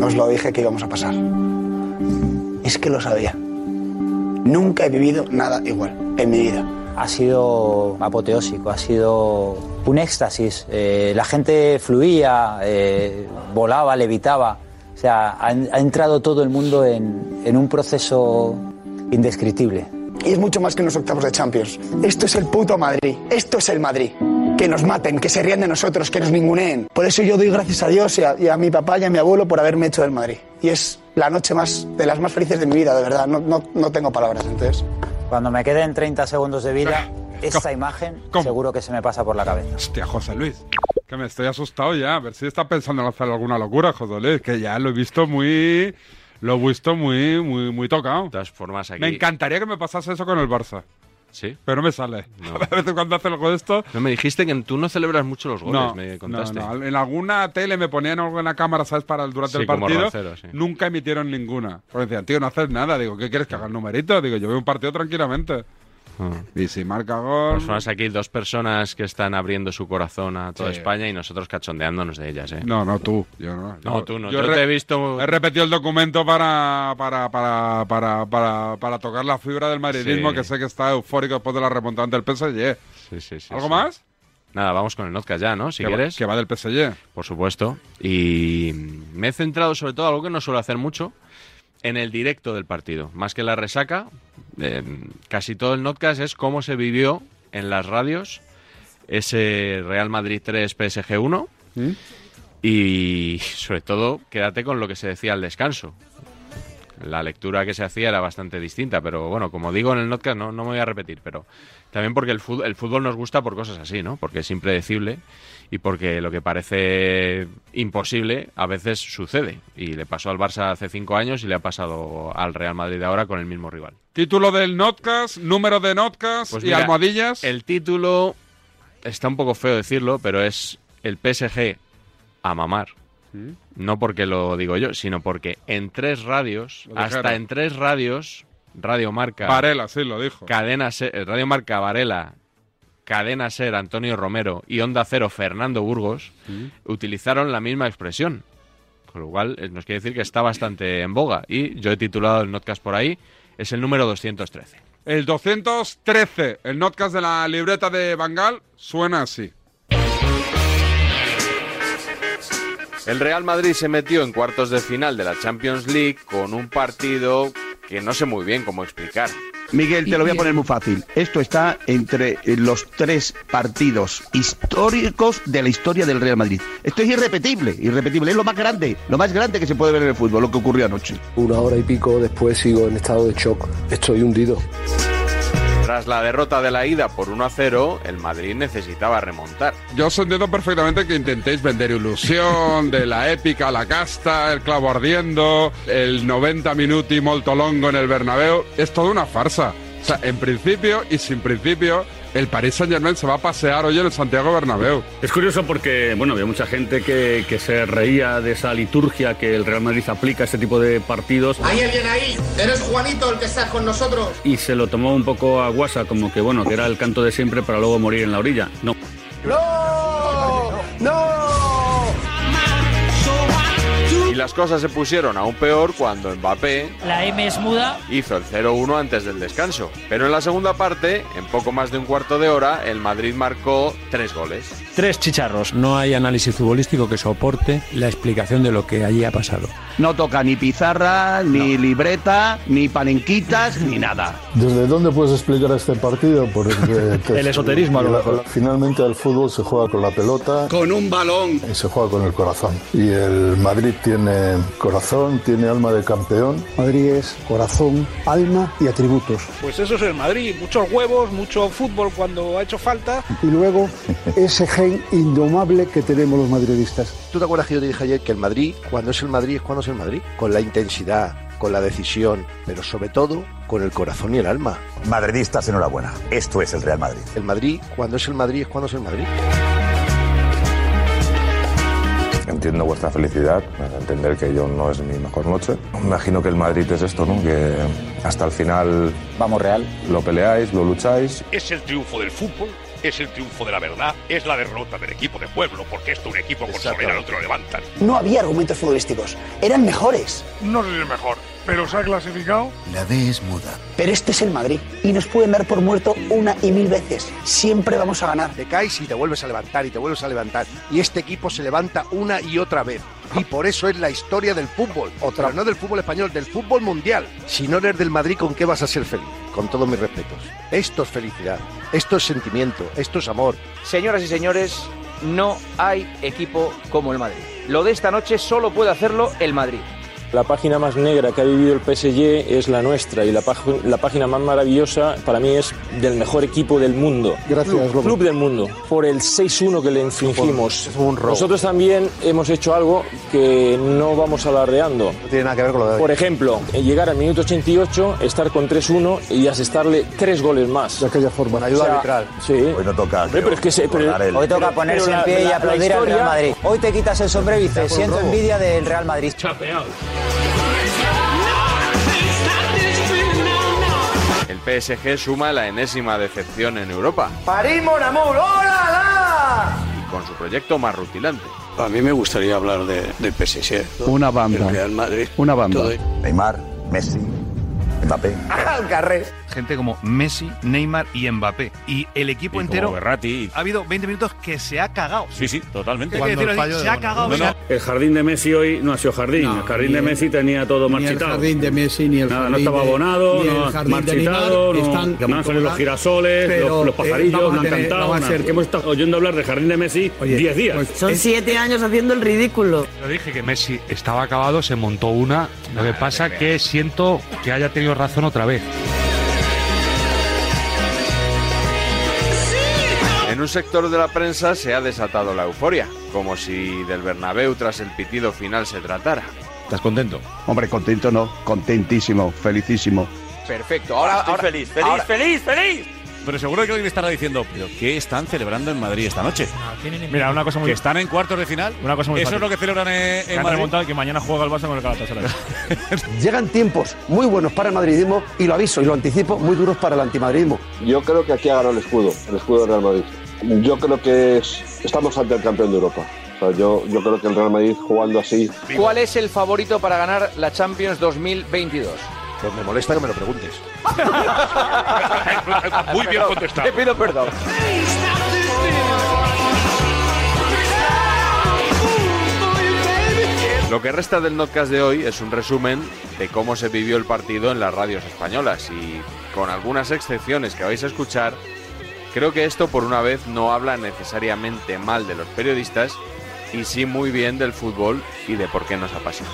Speaker 21: Os lo dije que íbamos a pasar. Es que lo sabía. Nunca he vivido nada igual en mi vida.
Speaker 2: Ha sido apoteósico, ha sido un éxtasis. Eh, la gente fluía, eh, volaba, levitaba. O sea, ha, en- ha entrado todo el mundo en, en un proceso indescriptible.
Speaker 21: Y es mucho más que unos octavos de Champions. Esto es el puto Madrid. Esto es el Madrid. Que nos maten, que se rían de nosotros, que nos ninguneen. Por eso yo doy gracias a Dios y a, y a mi papá y a mi abuelo por haberme hecho del Madrid. Y es la noche más de las más felices de mi vida, de verdad. No, no, no tengo palabras, entonces.
Speaker 2: Cuando me queden 30 segundos de
Speaker 1: [LAUGHS]
Speaker 2: vida, esta imagen seguro que se me pasa por la cabeza.
Speaker 1: Hostia, José Luis. Que me estoy asustado ya. A ver si está pensando en hacer alguna locura, José Luis. Que ya lo he visto muy. Lo he visto muy, muy, muy tocado. De
Speaker 4: todas formas, aquí.
Speaker 1: Me encantaría que me pasase eso con el Barça.
Speaker 4: Sí.
Speaker 1: Pero no me sale. [LAUGHS] De vez en cuando hace algo de esto.
Speaker 4: No me dijiste que tú no celebras mucho los goles,
Speaker 1: No,
Speaker 4: me
Speaker 1: no,
Speaker 4: contaste.
Speaker 1: no. En alguna tele me ponían algo en la cámara, ¿sabes? Para el, durante
Speaker 4: Sí,
Speaker 1: el
Speaker 4: como
Speaker 1: partido.
Speaker 4: Roncero, sí.
Speaker 1: Nunca emitieron ninguna. Porque decían, tío, no haces nada. Digo, ¿qué quieres que haga el numerito? Digo, yo veo un partido tranquilamente.
Speaker 4: Ah.
Speaker 1: Y si marca gol.
Speaker 4: Pues son aquí dos personas que están abriendo su corazón a toda
Speaker 1: Sí.
Speaker 4: España y nosotros cachondeándonos de ellas, ¿eh?
Speaker 1: No, no, tú. Yo no.
Speaker 4: No, tú no.
Speaker 1: Yo
Speaker 4: Yo,
Speaker 1: re-
Speaker 4: te he visto...
Speaker 1: He repetido el documento para, para, para, para, para, para tocar la fibra del madridismo,
Speaker 4: Sí.
Speaker 1: que sé que está eufórico después de la remontada ante el PSG.
Speaker 4: Sí, sí, sí,
Speaker 1: ¿Algo
Speaker 4: sí.
Speaker 1: más?
Speaker 4: Nada, vamos con el podcast ya, ¿no? Si
Speaker 1: Que va-
Speaker 4: quieres.
Speaker 1: que va del PSG.
Speaker 4: Por supuesto. Y mm, me he centrado sobre todo, algo que no suelo hacer mucho, en el directo del partido. Más que la resaca, eh, casi todo el podcast es cómo se vivió en las radios ese Real Madrid 3 PSG 1. Y sobre todo, quédate con lo que se decía al descanso. La lectura que se hacía era bastante distinta, pero bueno, como digo en el podcast, no, no me voy a repetir, pero también porque el fútbol, el fútbol nos gusta por cosas así, ¿no? Porque es impredecible y porque lo que parece imposible a veces sucede. Y le pasó al Barça hace cinco años y le ha pasado al Real Madrid ahora con el mismo rival.
Speaker 1: Título del notcast, número de notcast
Speaker 4: Pues
Speaker 1: y
Speaker 4: mira,
Speaker 1: almohadillas.
Speaker 4: El título está un poco feo decirlo, pero es el PSG a mamar.
Speaker 1: ¿Mm?
Speaker 4: No porque lo digo yo, sino porque en tres radios,
Speaker 1: Lo dijeron.
Speaker 4: hasta en tres radios, Radio Marca.
Speaker 1: Varela, sí, lo dijo.
Speaker 4: Cadena Ser- eh, Radio Marca Varela, Cadena Ser Antonio Romero y Onda Cero Fernando Burgos utilizaron la misma expresión. Con lo cual eh, nos quiere decir que está bastante en boga. Y yo he titulado el notcast por ahí, es el número 213.
Speaker 1: El 213, el notcast de la libreta de Bangal, suena así.
Speaker 4: El Real Madrid se metió en cuartos de final de la Champions League con un partido que no sé muy bien cómo explicar.
Speaker 3: Miguel, te lo voy a poner muy fácil. Esto está entre eh, los tres partidos históricos de la historia del Real Madrid. Esto es irrepetible, irrepetible. Es lo más grande, lo más grande que se puede ver en el fútbol, lo que ocurrió anoche.
Speaker 22: Una hora y pico después sigo en estado de shock. Estoy hundido.
Speaker 4: Tras la derrota de la ida por 1 a 0, el Madrid necesitaba remontar.
Speaker 1: Yo os entiendo perfectamente que intentéis vender ilusión, de la épica a la casta, el clavo ardiendo, el 90 minuti molto longo en el Bernabéu. Es toda una farsa. O sea, en principio y sin principio, el Paris Saint-Germain se va a pasear hoy en el Santiago Bernabéu.
Speaker 11: Es curioso porque, bueno, había mucha gente que, que se reía de esa liturgia que el Real Madrid aplica a este tipo de partidos.
Speaker 23: Ahí es bien ahí. Eres Juanito el que estás con nosotros.
Speaker 11: Y se lo tomó un poco a guasa, como que, bueno, que era el canto de siempre para luego morir en la orilla. No.
Speaker 23: ¡No! ¡No!
Speaker 4: Y las cosas se pusieron aún peor cuando Mbappé
Speaker 18: La M es muda.
Speaker 4: hizo el 0-1 antes del descanso. Pero en la segunda parte, en poco más de un cuarto de hora, el Madrid marcó tres goles.
Speaker 24: Tres chicharros. No hay análisis futbolístico que soporte la explicación de lo que allí ha pasado.
Speaker 3: No toca ni pizarra, ni libreta, ni palenquitas, ni nada.
Speaker 25: ¿Desde dónde puedes explicar este partido? Porque
Speaker 24: [LAUGHS]
Speaker 25: que-
Speaker 24: El esoterismo, a lo
Speaker 25: la-
Speaker 24: mejor.
Speaker 25: Pues, finalmente al fútbol se juega con la pelota.
Speaker 23: Con un balón.
Speaker 25: Y se juega con el corazón. Y el Madrid tiene corazón, tiene alma de campeón. Madrid es corazón, alma y atributos. Pues eso es el Madrid, muchos huevos, mucho fútbol cuando ha hecho falta. [LAUGHS]
Speaker 26: Y luego, ese gen indomable que tenemos los madridistas.
Speaker 5: ¿Tú te acuerdas que yo te dije ayer que el Madrid, cuando es el Madrid, es cuando es el Madrid? Con la intensidad, con la decisión, pero sobre todo con el corazón y el alma. Madridistas, enhorabuena. Esto es el Real Madrid. El Madrid, cuando es el Madrid, es cuando es el Madrid. Entiendo vuestra felicidad, eh, entender que yo no es mi mejor noche. Imagino que el Madrid es esto, ¿no? Que hasta el final. Vamos, Real. Lo peleáis, lo lucháis.
Speaker 27: Es el triunfo del fútbol, es el triunfo de la verdad, es la derrota del equipo de pueblo, porque esto un equipo con solera no te lo levantan.
Speaker 21: No había argumentos futbolísticos, eran mejores.
Speaker 15: No sé si es mejor, pero se ha clasificado.
Speaker 21: La D es muda. Pero este es el Madrid y nos pueden dar por muerto una y mil veces. Siempre vamos a ganar.
Speaker 5: Te caes y te vuelves a levantar y te vuelves a levantar. Y este equipo se levanta una y otra vez. Y por eso es la historia del fútbol. Otra, no del fútbol español, del fútbol mundial. Si no eres del Madrid, ¿con qué vas a ser feliz? Con todos mis respetos. Esto es felicidad. Esto es sentimiento. Esto es amor.
Speaker 2: Señoras y señores, no hay equipo como el Madrid. Lo de esta noche solo puede hacerlo el Madrid.
Speaker 28: La página más negra que ha vivido el PSG es la nuestra y la, pag- la página más maravillosa para mí es del mejor equipo del mundo.
Speaker 26: Gracias,
Speaker 28: club,
Speaker 26: Robert.
Speaker 28: club del mundo. Por el 6-1 que le infringimos. Nosotros también hemos hecho algo que no vamos alardeando. No tiene nada que ver con lo de Por ejemplo, eh, llegar al minuto 88, estar con 3-1 y asestarle tres goles más. De aquella forma.
Speaker 5: ayuda arbitral.
Speaker 28: Sí. Hoy no toca. Pero es que se- pero-
Speaker 2: Hoy toca
Speaker 28: pero-
Speaker 2: ponerse
Speaker 28: pero
Speaker 2: en
Speaker 28: la-
Speaker 2: pie
Speaker 28: la-
Speaker 2: y
Speaker 28: la
Speaker 2: aplaudir al Real
Speaker 28: historia-
Speaker 2: Madrid. Hoy te quitas el sombrero y dices, siento envidia del Real Madrid.
Speaker 4: El PSG suma la enésima decepción en Europa
Speaker 23: ¡París, mon amour! ¡Hola,
Speaker 4: y con su proyecto más rutilante.
Speaker 28: A mí me gustaría hablar de, del PSG.
Speaker 5: Una banda.
Speaker 28: El Real Madrid.
Speaker 5: Una banda.
Speaker 28: Todo.
Speaker 5: Neymar, Messi, Mbappé.
Speaker 3: [LAUGHS]
Speaker 23: la! Carré.
Speaker 29: Gente como Messi, Neymar y Mbappé. Y el equipo entero. Ha habido 20 minutos que se ha cagado.
Speaker 30: Sí, sí, totalmente.
Speaker 29: Cuando el fallo de cagado. Bono. se ha-
Speaker 11: El jardín de Messi hoy no ha sido jardín. el jardín de Messi tenía todo
Speaker 29: Ni el
Speaker 11: marchitado.
Speaker 29: jardín de Messi, ni el
Speaker 11: Nada, no
Speaker 29: jardín
Speaker 11: estaba
Speaker 29: de-
Speaker 11: abonado,
Speaker 29: ni el
Speaker 11: no,
Speaker 29: jardín de
Speaker 11: marchitado,
Speaker 29: Neymar
Speaker 11: no,
Speaker 29: están
Speaker 11: no han salido los
Speaker 29: como-
Speaker 11: girasoles,
Speaker 29: Pero,
Speaker 11: los, los
Speaker 29: eh,
Speaker 11: pajarillos,
Speaker 29: vamos a
Speaker 11: no han
Speaker 29: tener-
Speaker 11: cantado.
Speaker 29: vamos a
Speaker 11: nada.
Speaker 29: ser- pues
Speaker 11: que hemos estado oyendo hablar del jardín de Messi 10 días. Es-
Speaker 30: años haciendo el ridículo. pues Yo dije que Messi estaba acabado, se montó una. Lo que pasa que siento que haya tenido razón otra vez.
Speaker 4: En un sector de la prensa se ha desatado la euforia, como si del Bernabéu tras el pitido final se tratara.
Speaker 5: ¿Estás contento? Hombre, contento no, contentísimo, felicísimo.
Speaker 14: Perfecto. Ahora,
Speaker 5: Ah, Estoy
Speaker 14: ahora-
Speaker 5: feliz, feliz,
Speaker 14: ahora-
Speaker 5: feliz,
Speaker 14: feliz.
Speaker 15: Pero seguro que alguien estará diciendo, ¿pero qué están celebrando en Madrid esta noche?
Speaker 28: Mira, una cosa muy.
Speaker 15: Que están en cuartos de final.
Speaker 28: Una cosa muy
Speaker 15: Eso es
Speaker 28: fácil.
Speaker 15: lo que celebran eh,
Speaker 28: Que
Speaker 15: en
Speaker 28: han
Speaker 15: Madrid.
Speaker 28: remontado y que mañana juega el Barça con el Galatasaray.
Speaker 31: [LAUGHS] Llegan tiempos muy buenos para el madridismo y lo aviso y lo anticipo, muy duros para el antimadridismo.
Speaker 32: Yo creo que aquí ha ganado el escudo, el escudo del Real Madrid. Yo creo que es- estamos ante el campeón de Europa. O sea, yo, yo creo que el Real Madrid jugando así
Speaker 33: ¿Cuál es el favorito para ganar la Champions 2022?
Speaker 5: Pues me molesta que me
Speaker 33: [LAUGHS]
Speaker 5: lo preguntes.
Speaker 33: Muy bien contestado. Te pido perdón.
Speaker 4: Lo que resta del podcast de hoy es un resumen de cómo se vivió el partido en las radios españolas y con algunas excepciones que vais a escuchar, creo que esto por una vez no habla necesariamente mal de los periodistas y sí muy bien del fútbol y de por qué nos apasiona.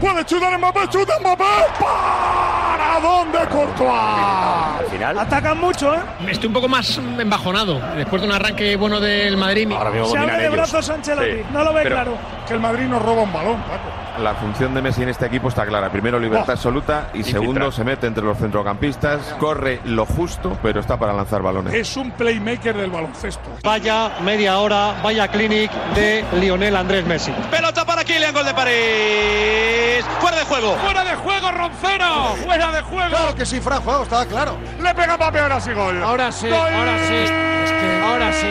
Speaker 34: Puede chutar Mbappé, chuta Mbappé. ¿Para dónde Courtois? Al final atacan mucho, ¿eh?
Speaker 35: Estoy un poco más embajonado después de un arranque bueno del Madrid.
Speaker 34: Se abre de brazos Ancelotti,
Speaker 36: Sí,
Speaker 34: no lo ve
Speaker 36: pero-
Speaker 34: claro. Que el Madrid nos roba un balón, Paco.
Speaker 36: La función de Messi en este equipo está clara. Primero, libertad absoluta y segundo, se mete entre los centrocampistas, corre lo justo, pero está para lanzar balones.
Speaker 34: Es un playmaker del baloncesto.
Speaker 37: Vaya media hora, vaya clinic de Lionel Andrés Messi.
Speaker 15: Pelota para Kylian, gol de París. Fuera de juego.
Speaker 34: ¡Fuera de juego, Roncero! ¡Fuera de juego! Claro que sí, fuera de juego, estaba claro. Le pega Mbappé, ahora sí gol. Ahora sí, ahora sí. Es que ahora sí.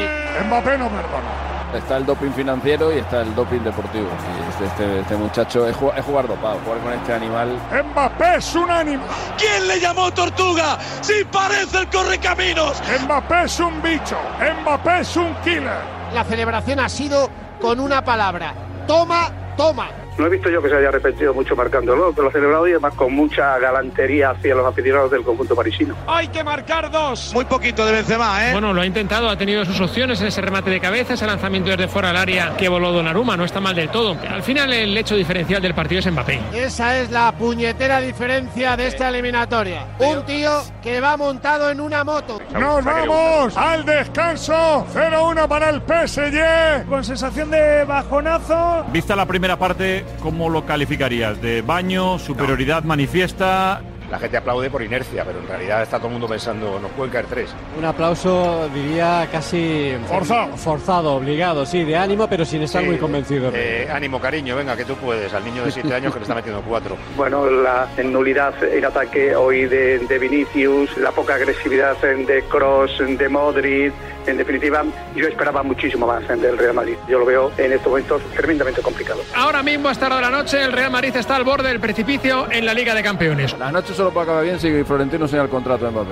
Speaker 34: Mbappé no perdona.
Speaker 38: Está el doping financiero y está el doping deportivo. Y este, este- este muchacho es, ju- es jugar dopado, jugar con este animal.
Speaker 34: Mbappé es un animal.
Speaker 15: ¿Quién le llamó tortuga? Si parece el correcaminos.
Speaker 34: Mbappé es un bicho. Mbappé es un killer.
Speaker 39: La celebración ha sido con una palabra. Toma, toma.
Speaker 21: No he visto yo que se haya arrepentido mucho marcándolo, pero lo ha celebrado y además con mucha galantería hacia los aficionados del conjunto parisino.
Speaker 34: Hay que marcar dos.
Speaker 15: Muy poquito de Benzema, ¿eh?
Speaker 35: Bueno, lo ha intentado, ha tenido sus opciones en ese remate de cabeza, ese lanzamiento desde fuera al área que voló Donnarumma, no está mal del todo. Al final el hecho diferencial del partido es Mbappé.
Speaker 39: Esa es la puñetera diferencia de esta eliminatoria. Un tío que va montado en una moto.
Speaker 34: Nos vamos al descanso. 0-1 para el PSG. Con sensación de bajonazo.
Speaker 15: Vista la primera parte, ¿cómo lo calificarías? ¿De baño, superioridad manifiesta?
Speaker 5: La gente aplaude por inercia, pero en realidad está todo el mundo pensando, nos pueden caer tres.
Speaker 21: Un aplauso, diría, casi
Speaker 5: Forzado.
Speaker 21: forzado, obligado, sí, de ánimo, pero sin estar
Speaker 5: Sí,
Speaker 21: muy convencido.
Speaker 5: eh, ánimo, cariño, venga, que tú puedes. Al niño de 7 años que le está metiendo 4.
Speaker 21: Bueno, la nulidad en ataque hoy de, de Vinicius, la poca agresividad en de Cross, de Modric, en definitiva, yo esperaba muchísimo más en del Real Madrid. Yo lo veo en estos momentos tremendamente complicado.
Speaker 35: Ahora mismo, hasta la hora de la noche, el Real Madrid está al borde del precipicio en la Liga de Campeones.
Speaker 38: La noche solo puede acabar bien si Florentino señala el contrato de Mbappé.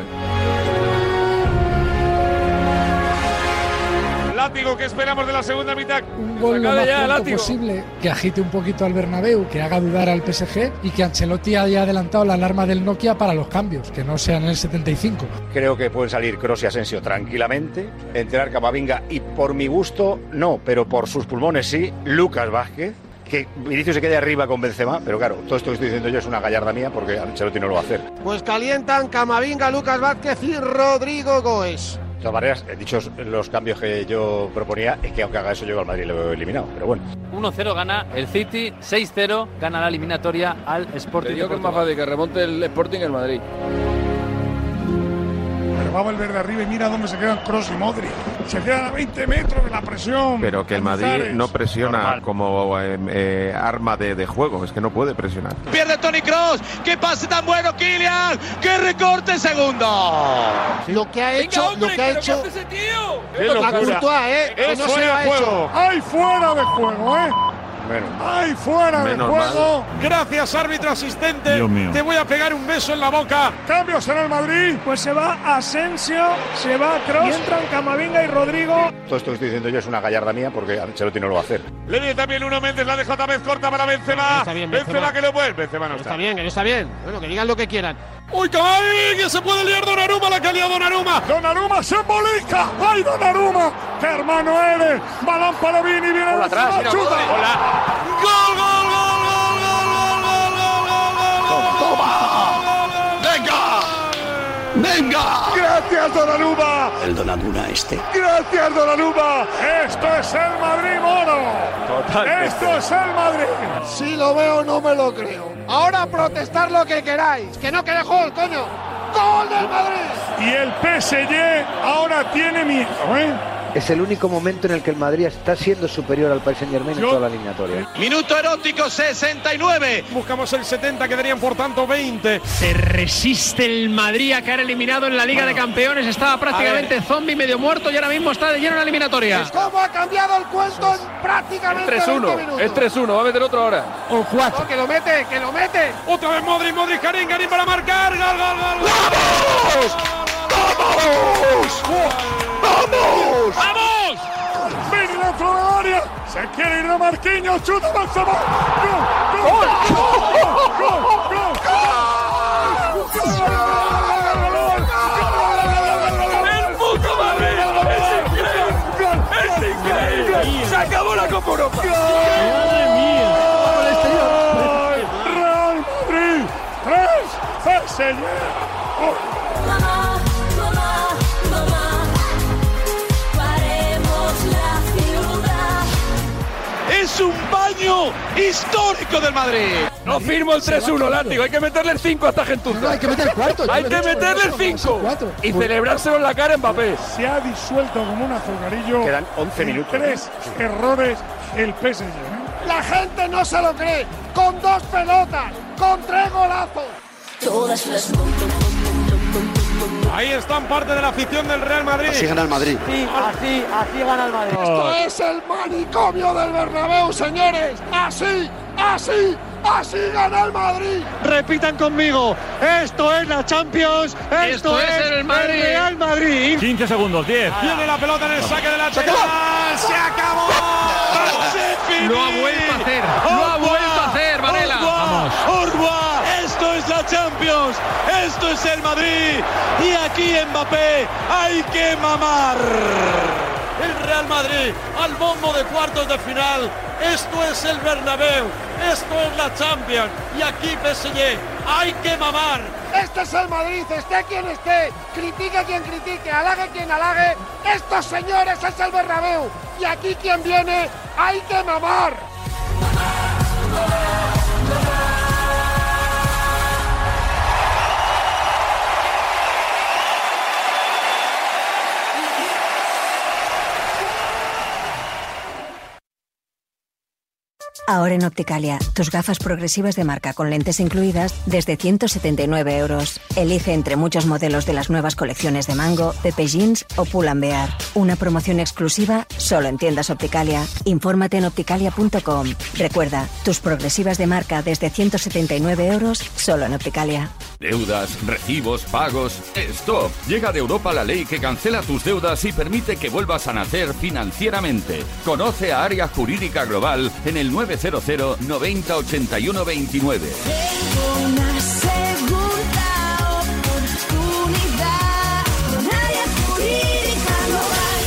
Speaker 15: Látigo que esperamos de la segunda mitad.
Speaker 40: un gol lo
Speaker 15: Sacale
Speaker 40: más
Speaker 15: ya,
Speaker 40: pronto
Speaker 15: látigo.
Speaker 40: posible, que agite un poquito al Bernabéu, que haga dudar al PSG y que Ancelotti haya adelantado la alarma del Nokia para los cambios, que no sean en el 75.
Speaker 5: Creo que pueden salir Kroos y Asensio tranquilamente, entrar Camavinga y por mi gusto, no, pero por sus pulmones sí, Lucas Vázquez. Que Vinicius se quede arriba con Benzema, pero claro, todo esto que estoy diciendo yo es una gallarda mía porque Ancelotti no lo va a hacer. De
Speaker 39: Pues calientan Camavinga, Lucas Vázquez y Rodrigo Goes.
Speaker 5: todas maneras, eh, dichos los cambios que yo proponía, es que aunque haga eso yo al Madrid lo veo eliminado, pero bueno.
Speaker 11: 1-0 gana el City, 6-0 gana la eliminatoria al Sporting.
Speaker 38: Te digo
Speaker 11: de
Speaker 38: que es
Speaker 11: Portugal.
Speaker 38: más fácil que remonte el Sporting que el Madrid.
Speaker 34: Pero va a volver de arriba y mira dónde se quedan Cross y Modri. Se quedan a 20 metros de la presión.
Speaker 36: Pero que el Madrid no presiona como eh, eh, arma de, de juego, es que no puede presionar.
Speaker 15: Pierde Tony Cross. ¡Qué pase tan bueno, Kylian! ¡Qué recorte segundo!
Speaker 39: Lo que ha hecho, lo que ha hecho.
Speaker 15: ¡Qué
Speaker 39: La
Speaker 15: locura!
Speaker 39: Courtois, eh, que no
Speaker 34: Eso
Speaker 39: se
Speaker 34: era
Speaker 39: lo ha hecho.
Speaker 34: juego. ¡Ay, fuera de juego, eh! ¡Ay, fuera
Speaker 15: Menos
Speaker 34: de juego!
Speaker 15: Gracias, árbitro asistente.
Speaker 34: Dios mío.
Speaker 15: Te voy a pegar un beso en la boca.
Speaker 34: Cambios en el Madrid. Pues se va Asensio, se va Cross, entran Camavinga y Rodrigo.
Speaker 5: Todo esto que estoy diciendo yo es una gallarda mía porque Ancelotti no lo va a hacer.
Speaker 15: Le viene también uno Méndez, la deja otra vez corta para Benzema.
Speaker 39: Está bien,
Speaker 15: Benzema.
Speaker 39: Benzema.
Speaker 15: que lo vuelve. Benzema no está.
Speaker 39: Está bien, que no está bien. Bueno, que digan lo que quieran.
Speaker 15: ¡Uy, cae! ¡Que se puede liar Donnarumma! ¡La calidad Donnarumma!
Speaker 34: Donnarumma se embolica. ¡Ay, Donnarumma! ¡Qué hermano eres! Balón para Vini, viene
Speaker 15: Por atrás,
Speaker 34: Benzema,
Speaker 15: mira,
Speaker 34: chuta.
Speaker 15: Modric. Hola. ¡Gol, gol, gol, gol, gol, gol, gol, gol, gol, gol, gol! ¡Toma! ¡Venga!
Speaker 34: ¡Venga! ¡Gracias, Donnarumma!
Speaker 15: El Donnarumma este.
Speaker 34: ¡Gracias, Donnarumma! ¡Esto es el Madrid mono!
Speaker 15: Esto es el Madrid.
Speaker 34: Si lo veo, no me lo creo. Ahora protestar lo que queráis. Que no quede gol, coño. ¡Gol del Madrid!
Speaker 15: Y el PSG ahora tiene miedo, ¿eh?
Speaker 41: Es el único momento en el que el Madrid está siendo superior al Paris Saint Germain en toda la eliminatoria.
Speaker 15: Minuto erótico 69. Buscamos el 70, quedarían por tanto 20.
Speaker 42: Se resiste el Madrid a caer eliminado en la Liga de Campeones. Estaba prácticamente zombie medio muerto y ahora mismo está de lleno en la eliminatoria.
Speaker 34: ¿Cómo ha cambiado el cuento en prácticamente 20 minutos?
Speaker 43: Es 3-1, va a meter otro ahora.
Speaker 34: O 4. que lo mete, que lo mete.
Speaker 15: Otra vez Modric, Modric, Karim, Karim para marcar. Gol, gol, gol. ¡Vamos! ¡Vamos! ¡Vamos! Viene la fuera del área. Se quiere ir de Marquinhos. Chuta Benzema. ¡Gol! ¡Gol! ¡Gol! ¡Gol! ¡Gol! ¡El puto Madrid! ¡Es increíble! ¡Es increíble! ¡Se acabó la Copa Europa! ¡Madre mía! ¡Real Madrid! ¡Tres! ¡Señor!
Speaker 39: Es un baño histórico del Madrid.
Speaker 43: No firmo el 3-1, látigo. Hay que meterle el 5 a esta gentuza. hay que meter el cuarto. hay que meterle el 5. Y celebrárselo en la cara a Mbappé.
Speaker 15: Se ha disuelto como un azucarillo.
Speaker 43: Quedan 11
Speaker 15: en
Speaker 43: minutos, ¿eh?
Speaker 15: Tres errores el PSG.
Speaker 34: ¿eh? La gente no se lo cree. Con dos pelotas, con tres golazos. Todas las
Speaker 15: Ahí están parte de la afición del Real Madrid.
Speaker 1: Así gana el Madrid.
Speaker 34: Sí, así, así gana el Madrid. Esto es el manicomio del Bernabéu, señores. Así, así, así gana el Madrid.
Speaker 44: Repitan conmigo, esto es la Champions, esto,
Speaker 15: Esto
Speaker 44: es,
Speaker 15: es el Madrid.
Speaker 44: Real Madrid.
Speaker 45: 15 segundos, 10.
Speaker 15: Tiene la pelota en el saque de la lateral. Se acabó.
Speaker 42: [LAUGHS] Lo ha vuelto a hacer. Lo ha vuelto a hacer, Varela. Vamos.
Speaker 39: Orwa, esto es la Champions, esto es el Madrid y aquí Mbappé hay que mamar. El Real Madrid al bombo de cuartos de final, esto es el Bernabéu, esto es la Champions y aquí PSG hay que mamar.
Speaker 34: Este es el Madrid, esté quien esté, critique quien critique, halague quien halague. Estos señores es el Bernabéu. Y aquí quien viene, hay que mamar.
Speaker 12: Ahora en Opticalia, tus gafas progresivas de marca con lentes incluidas desde 179 euros. Elige entre muchos modelos de las nuevas colecciones de Mango, Pepe Jeans o Pull&Bear. Una promoción exclusiva solo en tiendas Opticalia. Infórmate en opticalia.com. Recuerda, tus progresivas de marca desde 179 euros solo en Opticalia.
Speaker 5: Deudas, recibos, pagos. ¡Stop! Llega de Europa la ley que cancela tus deudas y permite que vuelvas a nacer financieramente. Conoce a Área Jurídica Global en el 900 90 81 29.
Speaker 39: Una segunda oportunidad con área jurídica global.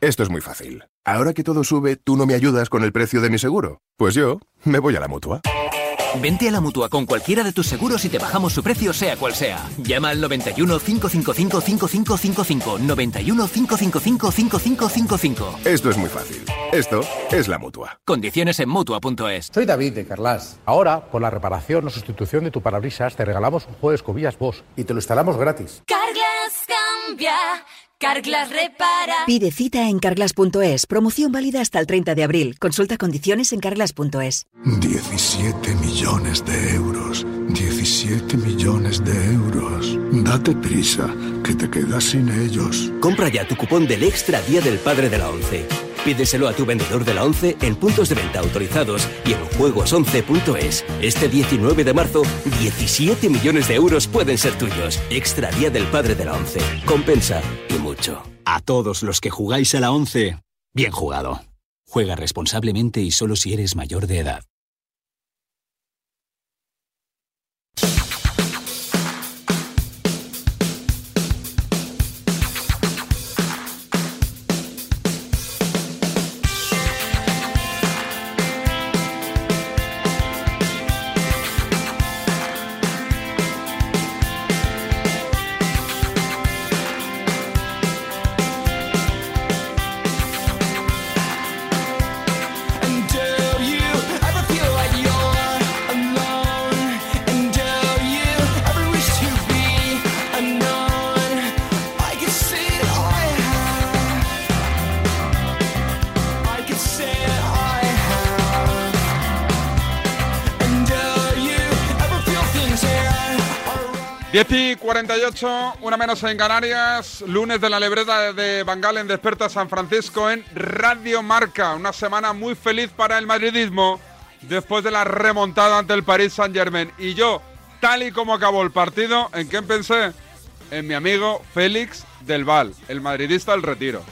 Speaker 12: Esto es muy fácil. Ahora que todo sube, ¿tú no me ayudas con el precio de mi seguro? Pues yo me voy a la mutua.
Speaker 5: Vente a la mutua con cualquiera de tus seguros y te bajamos su precio, sea cual sea. Llama al 91 555 5555. 91 555 5555.
Speaker 12: Esto es muy fácil. Esto es la mutua.
Speaker 5: Condiciones en mutua.es.
Speaker 46: Soy David de Carlas. Ahora, por la reparación o sustitución de tu parabrisas, te regalamos un juego de escobillas Bosch y te lo instalamos gratis.
Speaker 39: Carglass cambia, Carglass repara.
Speaker 12: Pide cita en carglass.es. Promoción válida hasta el 30 de abril. Consulta condiciones en carglass.es.
Speaker 3: 17 millones de euros. 17 millones de euros. Date prisa, que te quedas sin ellos.
Speaker 5: Compra ya tu cupón del Extra Día del Padre de la ONCE. Pídeselo a tu vendedor de la ONCE en puntos de venta autorizados y en juegos11.es. Este 19 de marzo, 17 millones de euros pueden ser tuyos. Extra Día del Padre de la ONCE. Compensa y mucho.
Speaker 47: A todos los que jugáis a la 11, bien jugado. Juega responsablemente y solo si eres mayor de edad.
Speaker 1: 10 y 48, una menos en Canarias, lunes de la Lebreda de Bangal en Desperta San Francisco en Radio Marca. Una semana muy feliz para el madridismo después de la remontada ante el Paris Saint Germain. Y yo, tal y como acabó el partido, ¿en quién pensé? En mi amigo Félix del Val, el madridista del retiro.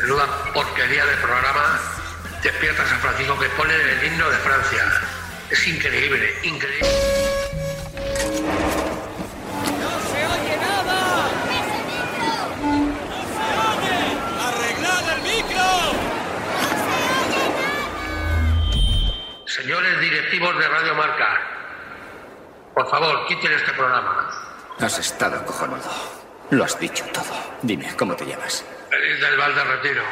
Speaker 15: Menuda porquería de programa Despierta San Francisco que pone el himno de Francia. Es increíble, increíble.
Speaker 39: ¡Arreglad el micro!
Speaker 15: Señores directivos de Radio Marca, por favor, quiten este programa.
Speaker 48: Has estado acojonado. Lo has dicho todo. Dime, ¿cómo te llamas?
Speaker 15: Feliz del Val de Retiro.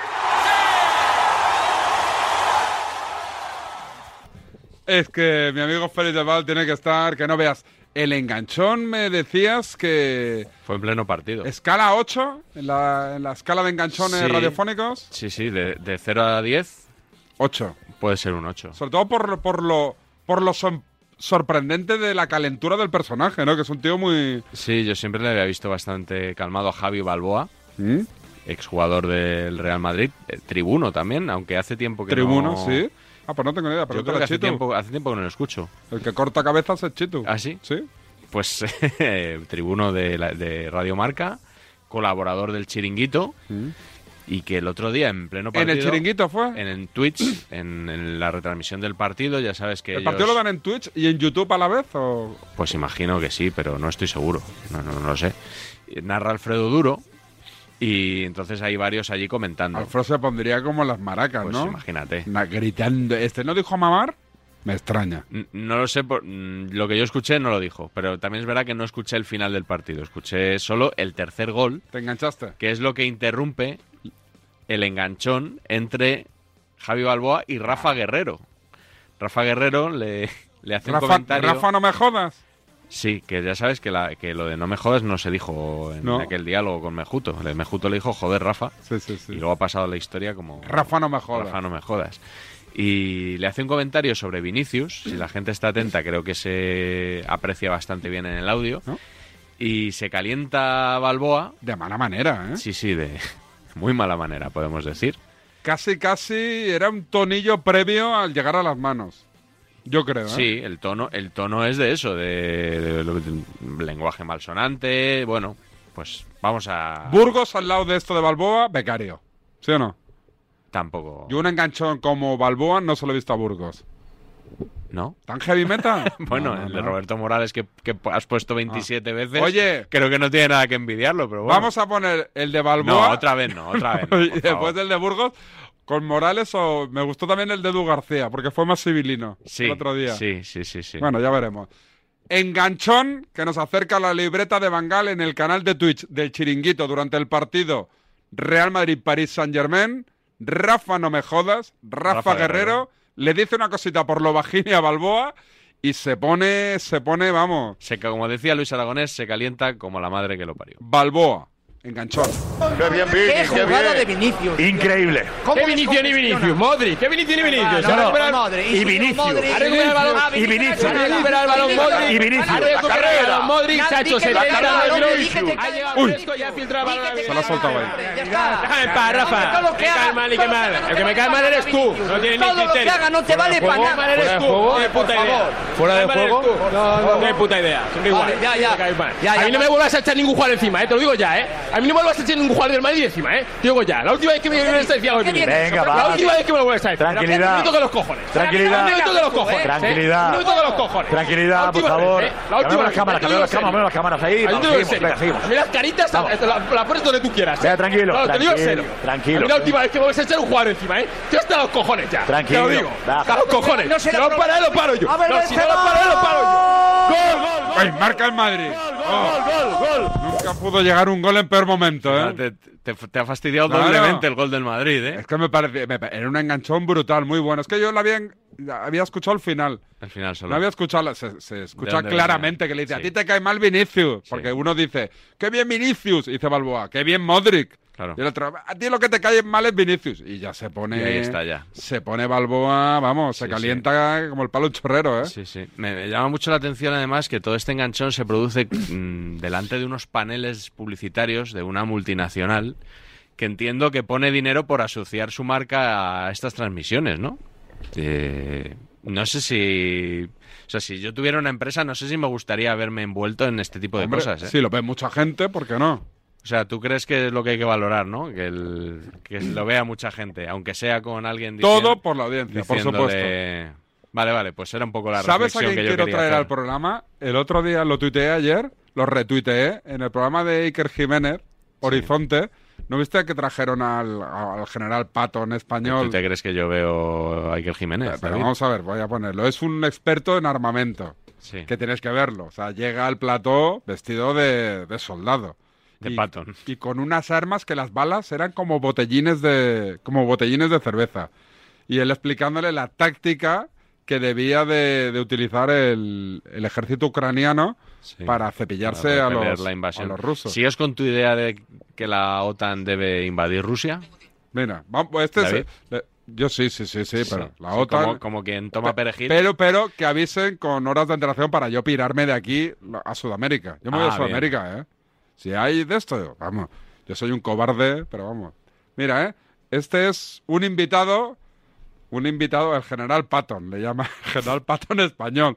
Speaker 1: Es que mi amigo Félix del Val tiene que estar, que no veas. El enganchón me decías que.
Speaker 4: Fue en pleno partido.
Speaker 1: Escala 8, en la, en la escala de enganchones
Speaker 4: Sí.
Speaker 1: radiofónicos.
Speaker 4: Sí, sí, de, de 0 a 10.
Speaker 1: 8.
Speaker 4: Puede ser un 8.
Speaker 1: Sobre todo por, por lo, por lo sor- sorprendente de la calentura del personaje, ¿no? Que es un tío muy.
Speaker 4: Sí, yo siempre le había visto bastante calmado a Javi Balboa,
Speaker 1: ¿Mm?
Speaker 4: exjugador del Real Madrid, eh, tribuno también, aunque hace tiempo que
Speaker 1: Tribuno,
Speaker 4: no...
Speaker 1: sí. Ah, pues no tengo ni idea, pero
Speaker 4: Yo creo que hace
Speaker 1: Chitu.
Speaker 4: tiempo, hace tiempo que no lo escucho.
Speaker 1: El que corta cabezas es Chitu.
Speaker 4: ¿Ah, sí?
Speaker 1: Sí.
Speaker 4: Pues [LAUGHS] tribuno de, la- de Radio Marca, colaborador del Chiringuito, y que el otro día en pleno
Speaker 1: Mm. ¿En
Speaker 4: partido...
Speaker 1: el chiringuito fue?
Speaker 4: En, en Twitch, en, en la retransmisión del partido, ya sabes que
Speaker 1: ¿El
Speaker 4: ellos-
Speaker 1: partido lo dan en Twitch y en YouTube a la vez? ¿O
Speaker 4: Pues imagino que sí, pero no estoy seguro. No, no, no lo sé. Narra Alfredo Duro y entonces hay varios allí comentando.
Speaker 1: Alfredo se pondría como las maracas,
Speaker 4: Pues
Speaker 1: no?
Speaker 4: imagínate.
Speaker 1: Na- gritando. ¿Este no dijo mamar? Me extraña.
Speaker 4: N- No lo sé, por- mm, lo que yo escuché no lo dijo, pero también es verdad que no escuché el final del partido, escuché solo el tercer gol,
Speaker 1: ¿Te enganchaste?
Speaker 4: que es lo que interrumpe el enganchón entre Javi Balboa y
Speaker 1: Ah.
Speaker 4: Rafa Guerrero. Rafa Guerrero le, le hace un
Speaker 1: Rafa,
Speaker 4: comentario...
Speaker 1: Rafa, no me jodas.
Speaker 4: Sí, que ya sabes que, la- que lo de no me jodas no se dijo en
Speaker 1: No.
Speaker 4: aquel diálogo con Mejuto. Le- Mejuto le dijo joder, Rafa. Y luego ha pasado la historia como
Speaker 1: Rafa, no me jodas.
Speaker 4: Rafa, no me jodas. Y le hace un comentario sobre Vinicius. Si la gente está atenta, creo que se aprecia bastante bien en el audio. Y se calienta Balboa.
Speaker 1: De mala manera, ¿eh?
Speaker 4: Sí, sí, de [LAUGHS] muy mala manera, podemos decir.
Speaker 1: Casi, casi era un tonillo previo al llegar a las manos. Yo creo, ¿eh?
Speaker 4: Sí, el tono, el tono es de eso, de, de lo- de un lenguaje malsonante. Bueno, pues vamos a.
Speaker 1: Burgos al lado de esto de Balboa, becario. ¿Sí o no?
Speaker 4: Tampoco.
Speaker 1: Yo un enganchón como Balboa no se lo he visto a Burgos.
Speaker 4: ¿No?
Speaker 1: ¿Tan heavy metal?
Speaker 4: [LAUGHS] Bueno,
Speaker 1: No, no,
Speaker 4: el de
Speaker 1: no. Ah.
Speaker 4: Roberto Morales que, que has puesto 27 veces.
Speaker 1: Oye.
Speaker 4: creo que no tiene nada que envidiarlo, pero bueno.
Speaker 1: Vamos a poner el de Balboa.
Speaker 4: No, otra vez no, otra
Speaker 1: [LAUGHS]
Speaker 4: vez no, por
Speaker 1: y después
Speaker 4: favor.
Speaker 1: del de Burgos con Morales o me gustó también el de Edu García, porque fue más civilino
Speaker 4: Sí,
Speaker 1: el otro día.
Speaker 4: Sí, sí, sí, sí.
Speaker 1: Bueno, ya veremos. Enganchón que nos acerca a la libreta de Bangal en el canal de Twitch del Chiringuito durante el partido Real Madrid-París Saint-Germain. Rafa, no me jodas. Rafa,
Speaker 4: Rafa
Speaker 1: Guerrero, le dice una cosita por lo bajín y a Balboa y se pone, se pone, vamos,
Speaker 4: Se ca- como decía Luis Aragonés, se calienta como la madre que lo parió.
Speaker 1: Balboa. Enganchón.
Speaker 4: Qué bien, Vini, Qué qué jugada bien. de Vinicius. Increíble.
Speaker 34: ¿Qué Vinicius ni Vinicius? Modric. ¿Qué Vinicius ni Vinicius? Se ha recuperado-
Speaker 5: Y Vinicius.
Speaker 34: Ha recuperado el balón.
Speaker 5: Y Vinicius.
Speaker 34: Ha recuperado el balón Modric.
Speaker 5: Y Vinicius.
Speaker 34: Ha recuperado el balón Modric. Se ha hecho
Speaker 5: La
Speaker 34: 70
Speaker 5: carrera de
Speaker 34: metros.
Speaker 5: Vinicius.
Speaker 34: Ha llegado
Speaker 5: Uy.
Speaker 34: fresco y ha filtrado el balón.
Speaker 1: Se la ha soltado ahí.
Speaker 34: Déjame en paz, Rafa.
Speaker 5: Todo lo
Speaker 34: Me cae mal y qué mal. El que me cae mal eres tú. No tienes ni
Speaker 5: Todo lo
Speaker 34: criterio.
Speaker 5: que haga no te
Speaker 34: Fuera de
Speaker 5: vale para
Speaker 34: juego,
Speaker 5: nada.
Speaker 34: mal eres
Speaker 5: Fuera de
Speaker 34: tú.
Speaker 5: juego,
Speaker 34: No tienes
Speaker 5: por
Speaker 34: puta
Speaker 5: favor.
Speaker 34: idea.
Speaker 5: Fuera de
Speaker 34: Mal eres
Speaker 5: juego.
Speaker 34: tú.
Speaker 5: No, no.
Speaker 34: No tienes puta idea. Son iguales.
Speaker 5: Vale, ya, ya.
Speaker 34: Me caes mal.
Speaker 5: Ya,
Speaker 34: A mí
Speaker 5: ya.
Speaker 34: no me vuelvas a echar ningún jugador encima, eh. Te lo digo ya, eh. A mí no me vuelvas a echar ningún jugador del Madrid encima, eh. Te digo ya. La última vez que me
Speaker 5: ¿Qué
Speaker 34: vuelvas a echar
Speaker 5: dices?
Speaker 34: encima del
Speaker 5: ¿Qué
Speaker 34: Madrid.
Speaker 5: dices? Venga,
Speaker 34: La
Speaker 5: va.
Speaker 34: última vez que me lo vuelvas a echar.
Speaker 5: Tranquilidad.
Speaker 34: Un minuto con los cojones.
Speaker 5: Tranquilidad.
Speaker 34: Un minuto con los cojones.
Speaker 5: Tranquilidad.
Speaker 34: eh. Un minuto con los cojones.
Speaker 5: Tranquilidad,
Speaker 34: La
Speaker 5: por
Speaker 34: última
Speaker 5: favor.
Speaker 34: vez, eh. La
Speaker 5: Cambiamos
Speaker 34: última vez.
Speaker 5: las cámaras,
Speaker 34: Te lo digo
Speaker 5: cambiamos
Speaker 34: en
Speaker 5: las cámaras,
Speaker 34: serio.
Speaker 5: cambiamos las cámaras. Ahí,
Speaker 34: Ahí te lo digo en
Speaker 5: seguimos,
Speaker 34: serio.
Speaker 5: venga, seguimos.
Speaker 34: Mira las caritas, la, la- la pones donde tú quieras.
Speaker 5: Venga, tranquilo,
Speaker 34: No, te lo digo en
Speaker 5: tranquilo,
Speaker 34: serio.
Speaker 5: tranquilo.
Speaker 34: A mí la última vez que me vas a echar un jugador encima, ¿eh? Yo hasta los cojones ya.
Speaker 5: Tranquilo,
Speaker 34: Te lo digo.
Speaker 5: va.
Speaker 34: Hasta los cojones.
Speaker 5: No
Speaker 34: No
Speaker 5: será
Speaker 34: si no lo
Speaker 5: problema.
Speaker 34: paráis, lo paro yo.
Speaker 5: A ver,
Speaker 34: No, si no lo
Speaker 5: Benzema.
Speaker 34: paráis, lo paro yo. Gol, gol,
Speaker 1: ¡Ay, marca el Madrid!
Speaker 39: ¡Gol, gol!
Speaker 1: Nunca pudo llegar un gol en peor momento, ¿eh?
Speaker 4: Te, te- te ha fastidiado doblemente el gol del Madrid, ¿eh?
Speaker 1: Es que me parece. me pa- era un enganchón brutal, muy bueno. Es que yo la había, en- la había escuchado al final.
Speaker 4: Al final solo.
Speaker 1: No había escuchado, la- se, se
Speaker 4: ¿De
Speaker 1: escucha
Speaker 4: dónde
Speaker 1: claramente que le dice, a
Speaker 4: Sí.
Speaker 1: ti te cae mal Vinicius, porque uno dice, qué bien Vinicius, y dice Balboa, qué bien Modric. Y el otro, a ti lo que te cae mal es Vinicius. Y ya se pone...
Speaker 4: Y ahí está ya.
Speaker 1: Se pone Balboa, vamos, se calienta como el palo de un chorrero, ¿eh?
Speaker 4: Sí, sí. Me, me llama mucho la atención además que todo este enganchón se produce mm, delante de unos paneles publicitarios de una multinacional que entiendo que pone dinero por asociar su marca a estas transmisiones, ¿no? Eh, no sé si... O sea, si yo tuviera una empresa, no sé si me gustaría verme envuelto en este tipo de
Speaker 1: Hombre,
Speaker 4: cosas. ¿eh?
Speaker 1: Si lo ve mucha gente, ¿por qué no?
Speaker 4: O sea, tú crees que es lo que hay que valorar, ¿no? Que, el- que lo vea mucha gente, aunque sea con alguien diciendo...
Speaker 1: Todo por la audiencia, por
Speaker 4: diciéndole- Vale, vale, pues era un poco la
Speaker 1: ¿Sabes a
Speaker 4: reflexión
Speaker 1: quién
Speaker 4: que yo
Speaker 1: quiero
Speaker 4: quería
Speaker 1: traer
Speaker 4: hacer.
Speaker 1: al programa? El otro día lo tuiteé ayer, lo retuiteé en el programa de Iker Jiménez, Horizonte. ¿No viste que trajeron al, al general Pato en español?
Speaker 4: ¿Tú te crees que yo veo a Iker Jiménez?
Speaker 1: Pero
Speaker 4: David?
Speaker 1: vamos a ver, voy a ponerlo. Es un experto en armamento.
Speaker 4: Sí.
Speaker 1: Que tienes que verlo. O sea, llega al plató vestido de, de soldado.
Speaker 4: De
Speaker 1: y,
Speaker 4: Patton.
Speaker 1: Y con unas armas que las balas eran como botellines de, como botellines de cerveza. Y él explicándole la táctica que debía de, de utilizar el, el ejército ucraniano para cepillarse
Speaker 4: Para
Speaker 1: a,
Speaker 4: repeler
Speaker 1: los,
Speaker 4: la invasión.
Speaker 1: a los rusos.
Speaker 4: ¿Sigues con tu idea de que la OTAN debe invadir Rusia?
Speaker 1: Mira, vamos, este es-
Speaker 4: David.
Speaker 1: le- yo sí, sí, sí, sí, pero
Speaker 4: Sí,
Speaker 1: la
Speaker 4: sí,
Speaker 1: OTAN...
Speaker 4: Como, como quien toma perejil.
Speaker 1: Pero, pero que avisen con horas de antelación para yo pirarme de aquí a Sudamérica. Yo me voy
Speaker 4: Ah,
Speaker 1: a
Speaker 4: bien.
Speaker 1: Sudamérica, ¿eh? Si hay de esto, vamos. Yo soy un cobarde, pero vamos. Mira, ¿eh? Este es un invitado, un invitado, el general Patton, le llama [LAUGHS] general Patton español,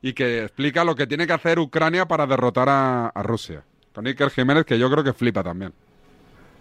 Speaker 1: y que explica lo que tiene que hacer Ucrania para derrotar a, a Rusia. Con Iker Jiménez, que yo creo que flipa también.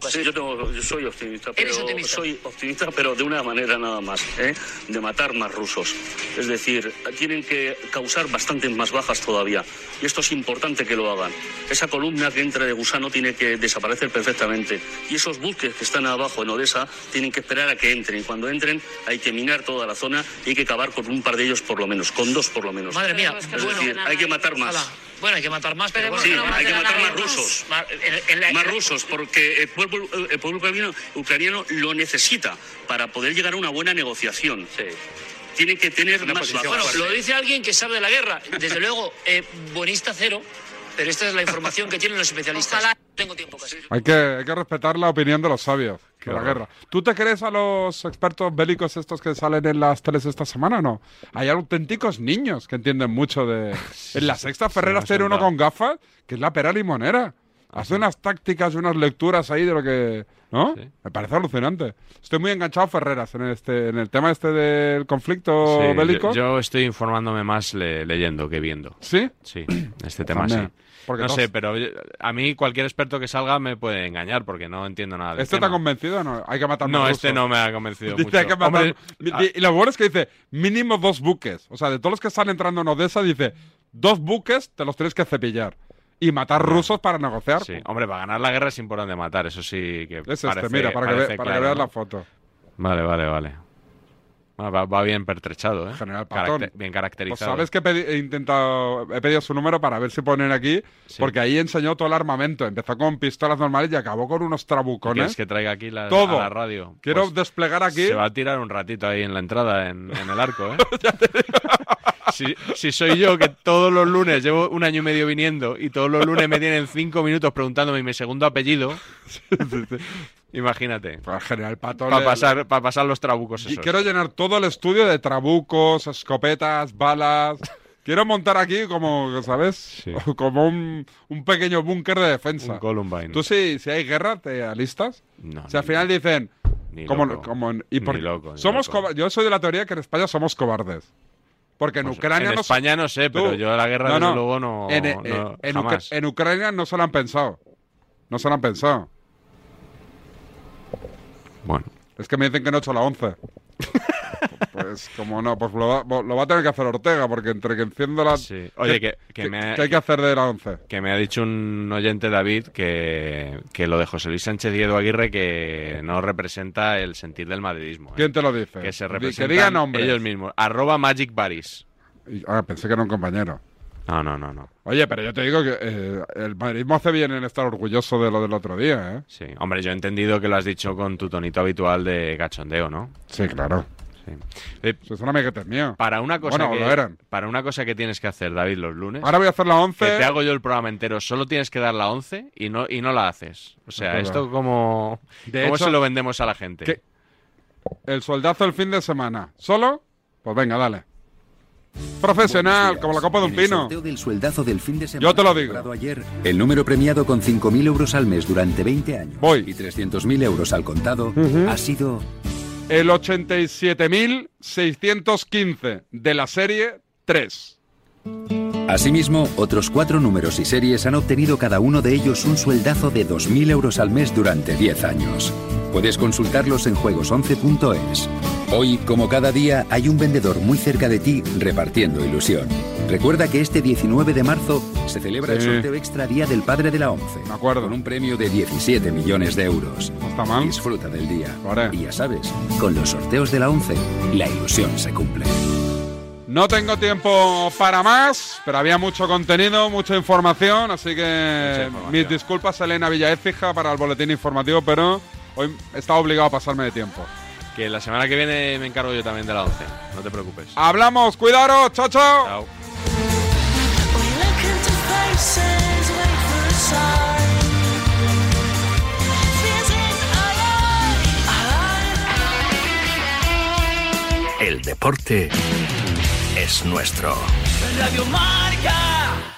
Speaker 14: Sí, yo, tengo- yo soy optimista, pero soy optimista, pero de una manera nada más, ¿eh? de matar más rusos. Es decir, tienen que causar bastantes más bajas todavía. Y esto es importante que lo hagan. Esa columna que entra de gusano tiene que desaparecer perfectamente. Y esos buques que están abajo en Odessa tienen que esperar a que entren. Y cuando entren hay que minar toda la zona y hay que acabar con un par de ellos por lo menos, con dos por lo menos.
Speaker 2: Madre mía,
Speaker 14: es
Speaker 2: bueno,
Speaker 14: decir, hay que matar más.
Speaker 2: Bueno, hay que matar más, pero bueno,
Speaker 14: Sí,
Speaker 2: no
Speaker 14: hay que
Speaker 2: maten a
Speaker 14: matar
Speaker 2: nadie
Speaker 14: más rusos.
Speaker 2: Ma- en- en la-
Speaker 14: Más rusos, porque el pueblo, el pueblo ucraniano, ucraniano lo necesita para poder llegar a una buena negociación. Tiene que tener más
Speaker 2: Bueno,
Speaker 14: bajas.
Speaker 2: [LAUGHS] lo dice alguien que sabe de la guerra. Desde luego, eh, buenista cero, pero esta es la información que tienen los especialistas. Tengo tiempo casi.
Speaker 1: Hay que, hay que respetar la opinión de los sabios de la
Speaker 4: horror.
Speaker 1: guerra. ¿Tú te crees a los expertos bélicos estos que salen en las teles esta semana o no? Hay auténticos niños que entienden
Speaker 4: [LAUGHS]
Speaker 1: mucho de... En la sexta Ferreras
Speaker 4: sí,
Speaker 1: tiene uno
Speaker 4: verdad.
Speaker 1: con gafas, que es la pera limonera. Hace unas tácticas y unas lecturas ahí de lo que... ¿No? Me parece alucinante. Estoy muy enganchado a Ferreras en, este, en el tema este del conflicto
Speaker 4: Sí, yo-
Speaker 1: bélico.
Speaker 4: yo, estoy informándome más le- leyendo que viendo.
Speaker 1: ¿Sí?
Speaker 4: Sí, este tema
Speaker 1: También.
Speaker 4: sí.
Speaker 1: Porque
Speaker 4: no
Speaker 1: no-
Speaker 4: sé, pero yo- a mí cualquier experto que salga me puede engañar porque no entiendo nada de
Speaker 1: ¿Este te ha convencido o no? Hay que matar más
Speaker 4: No, este
Speaker 1: rusos.
Speaker 4: no me ha convencido
Speaker 1: Dice,
Speaker 4: mucho.
Speaker 1: hay que matar-
Speaker 4: Hombre,
Speaker 1: mi-
Speaker 4: ah.
Speaker 1: di- Y lo bueno es que dice, mínimo dos buques. O sea, de todos los que están entrando en Odessa, dice, dos buques te los tienes que cepillar. Y matar rusos para negociar.
Speaker 4: Sí, hombre, para ganar la guerra es importante matar, eso sí que
Speaker 1: Es este,
Speaker 4: parece-
Speaker 1: mira, para que,
Speaker 4: parece
Speaker 1: ve- para que
Speaker 4: claro,
Speaker 1: veas
Speaker 4: ¿no?
Speaker 1: la foto. Pues,
Speaker 4: Vale, vale, vale. Ah, Va, va bien pertrechado, ¿eh?
Speaker 1: Patón.
Speaker 4: Caracter- bien
Speaker 1: Pues
Speaker 4: caracterizado.
Speaker 1: sabes que he, pedi- he intentado, he pedido su número para ver si ponen aquí, porque ahí enseñó todo el armamento. Empezó con pistolas normales y acabó con unos
Speaker 4: ¿Quieres
Speaker 1: trabucones.
Speaker 4: que traiga aquí la,
Speaker 1: Todo.
Speaker 4: a la radio?
Speaker 1: Quiero
Speaker 4: Pues
Speaker 1: desplegar aquí.
Speaker 4: Se va a tirar un ratito ahí en la entrada, en, en el arco,
Speaker 1: [LAUGHS]
Speaker 4: ¿eh? [LAUGHS] si, si soy yo que todos los lunes llevo un año y medio viniendo y todos los lunes me tienen cinco minutos preguntándome mi segundo
Speaker 1: [LAUGHS]
Speaker 4: apellido, imagínate.
Speaker 1: Para Pues general Pato
Speaker 4: Para
Speaker 1: le-
Speaker 4: pasar, para pasar los trabucos
Speaker 1: Y
Speaker 4: esos.
Speaker 1: quiero llenar todo el estudio de trabucos, escopetas, balas. Quiero montar aquí como, ¿sabes? [LAUGHS] Como un, un pequeño búnker de defensa.
Speaker 4: Un Columbine.
Speaker 1: ¿Tú si, si hay guerra te alistas?
Speaker 4: No,
Speaker 1: Si al final dicen...
Speaker 4: Ni
Speaker 1: como,
Speaker 4: loco.
Speaker 1: como en- y
Speaker 4: Ni
Speaker 1: por-
Speaker 4: loco, ni
Speaker 1: somos
Speaker 4: loco.
Speaker 1: coba- Yo soy de la teoría que en España somos cobardes. Porque en
Speaker 4: Pues,
Speaker 1: Ucrania...
Speaker 4: en
Speaker 1: no-
Speaker 4: España no sé, pero yo la guerra, desde luego, no-
Speaker 1: En, eh,
Speaker 4: no,
Speaker 1: eh, en Ucra-
Speaker 4: jamás.
Speaker 1: en Ucrania no se la han pensado. No se la han pensado.
Speaker 4: Bueno.
Speaker 1: Es que me dicen que no he hecho la 11.
Speaker 4: [LAUGHS]
Speaker 1: pues como no, pues lo va, lo va a tener que hacer Ortega, porque entre que enciendo la...
Speaker 4: Oye, que-
Speaker 1: ¿Qué-
Speaker 4: que
Speaker 1: qué-
Speaker 4: me-
Speaker 1: qué hay que hacer de la 11?
Speaker 4: Que me ha dicho un oyente David que, que lo de José Luis Sánchez y Edu Aguirre que no representa el sentir del madridismo. ¿eh?
Speaker 1: ¿Quién te lo dice?
Speaker 4: Que se
Speaker 1: Di-
Speaker 4: representan
Speaker 1: que diga nombres.
Speaker 4: ellos mismos. Arroba Magic Baris.
Speaker 1: Ah, pensé que era un compañero.
Speaker 4: No, no, no, no.
Speaker 1: Oye, pero yo te digo que eh, el madridismo hace bien en estar orgulloso de lo del otro día, ¿eh?
Speaker 4: Sí. Hombre, yo he entendido que lo has dicho con tu tonito habitual de cachondeo, ¿no?
Speaker 1: Sí, claro.
Speaker 4: es
Speaker 1: una amiguetes mío.
Speaker 4: Para una cosa
Speaker 1: Bueno,
Speaker 4: que,
Speaker 1: lo eran.
Speaker 4: Para una cosa que tienes que hacer, David, los lunes.
Speaker 1: Ahora voy a hacer la 11.
Speaker 4: Que te hago yo el programa entero. Solo tienes que dar la 11 y no, y no la haces. O sea,
Speaker 1: Es verdad.
Speaker 4: esto como...
Speaker 1: De
Speaker 4: ¿Cómo
Speaker 1: hecho,
Speaker 4: se lo vendemos a la gente?
Speaker 1: ¿Qué? El soldazo el fin de semana. ¿Solo? Pues venga, dale. Profesional, como la copa de un
Speaker 5: En el
Speaker 1: pino.
Speaker 5: sorteo del sueldazo del fin de semana
Speaker 1: Yo te lo digo.
Speaker 5: celebrado ayer, el número premiado con 5.000 euros al mes durante 20 años y 300.000 euros al contado ha sido
Speaker 1: El 87.615 de la serie 3.
Speaker 5: Asimismo, otros cuatro números y series han obtenido cada uno de ellos un sueldazo de 2.000 euros al mes durante 10 años. Puedes consultarlos en juegos11.es. Hoy, como cada día, hay un vendedor muy cerca de ti repartiendo ilusión. Recuerda que este 19 de marzo se celebra el
Speaker 1: Sí.
Speaker 5: sorteo extra día del padre de la ONCE. Con un premio de 17 millones de euros. Disfruta del día. Y ya sabes, con los sorteos de la ONCE, la ilusión se cumple.
Speaker 1: No tengo tiempo para más, pero había mucho contenido, mucha información, así que mis disculpas Elena Villaécija para el boletín informativo, pero hoy estaba obligado a pasarme de tiempo.
Speaker 4: Que la semana que viene me encargo yo también de la 11. No te preocupes.
Speaker 1: Hablamos, cuidaros, chao, chao.
Speaker 39: El deporte es nuestro.
Speaker 49: Radio Marca.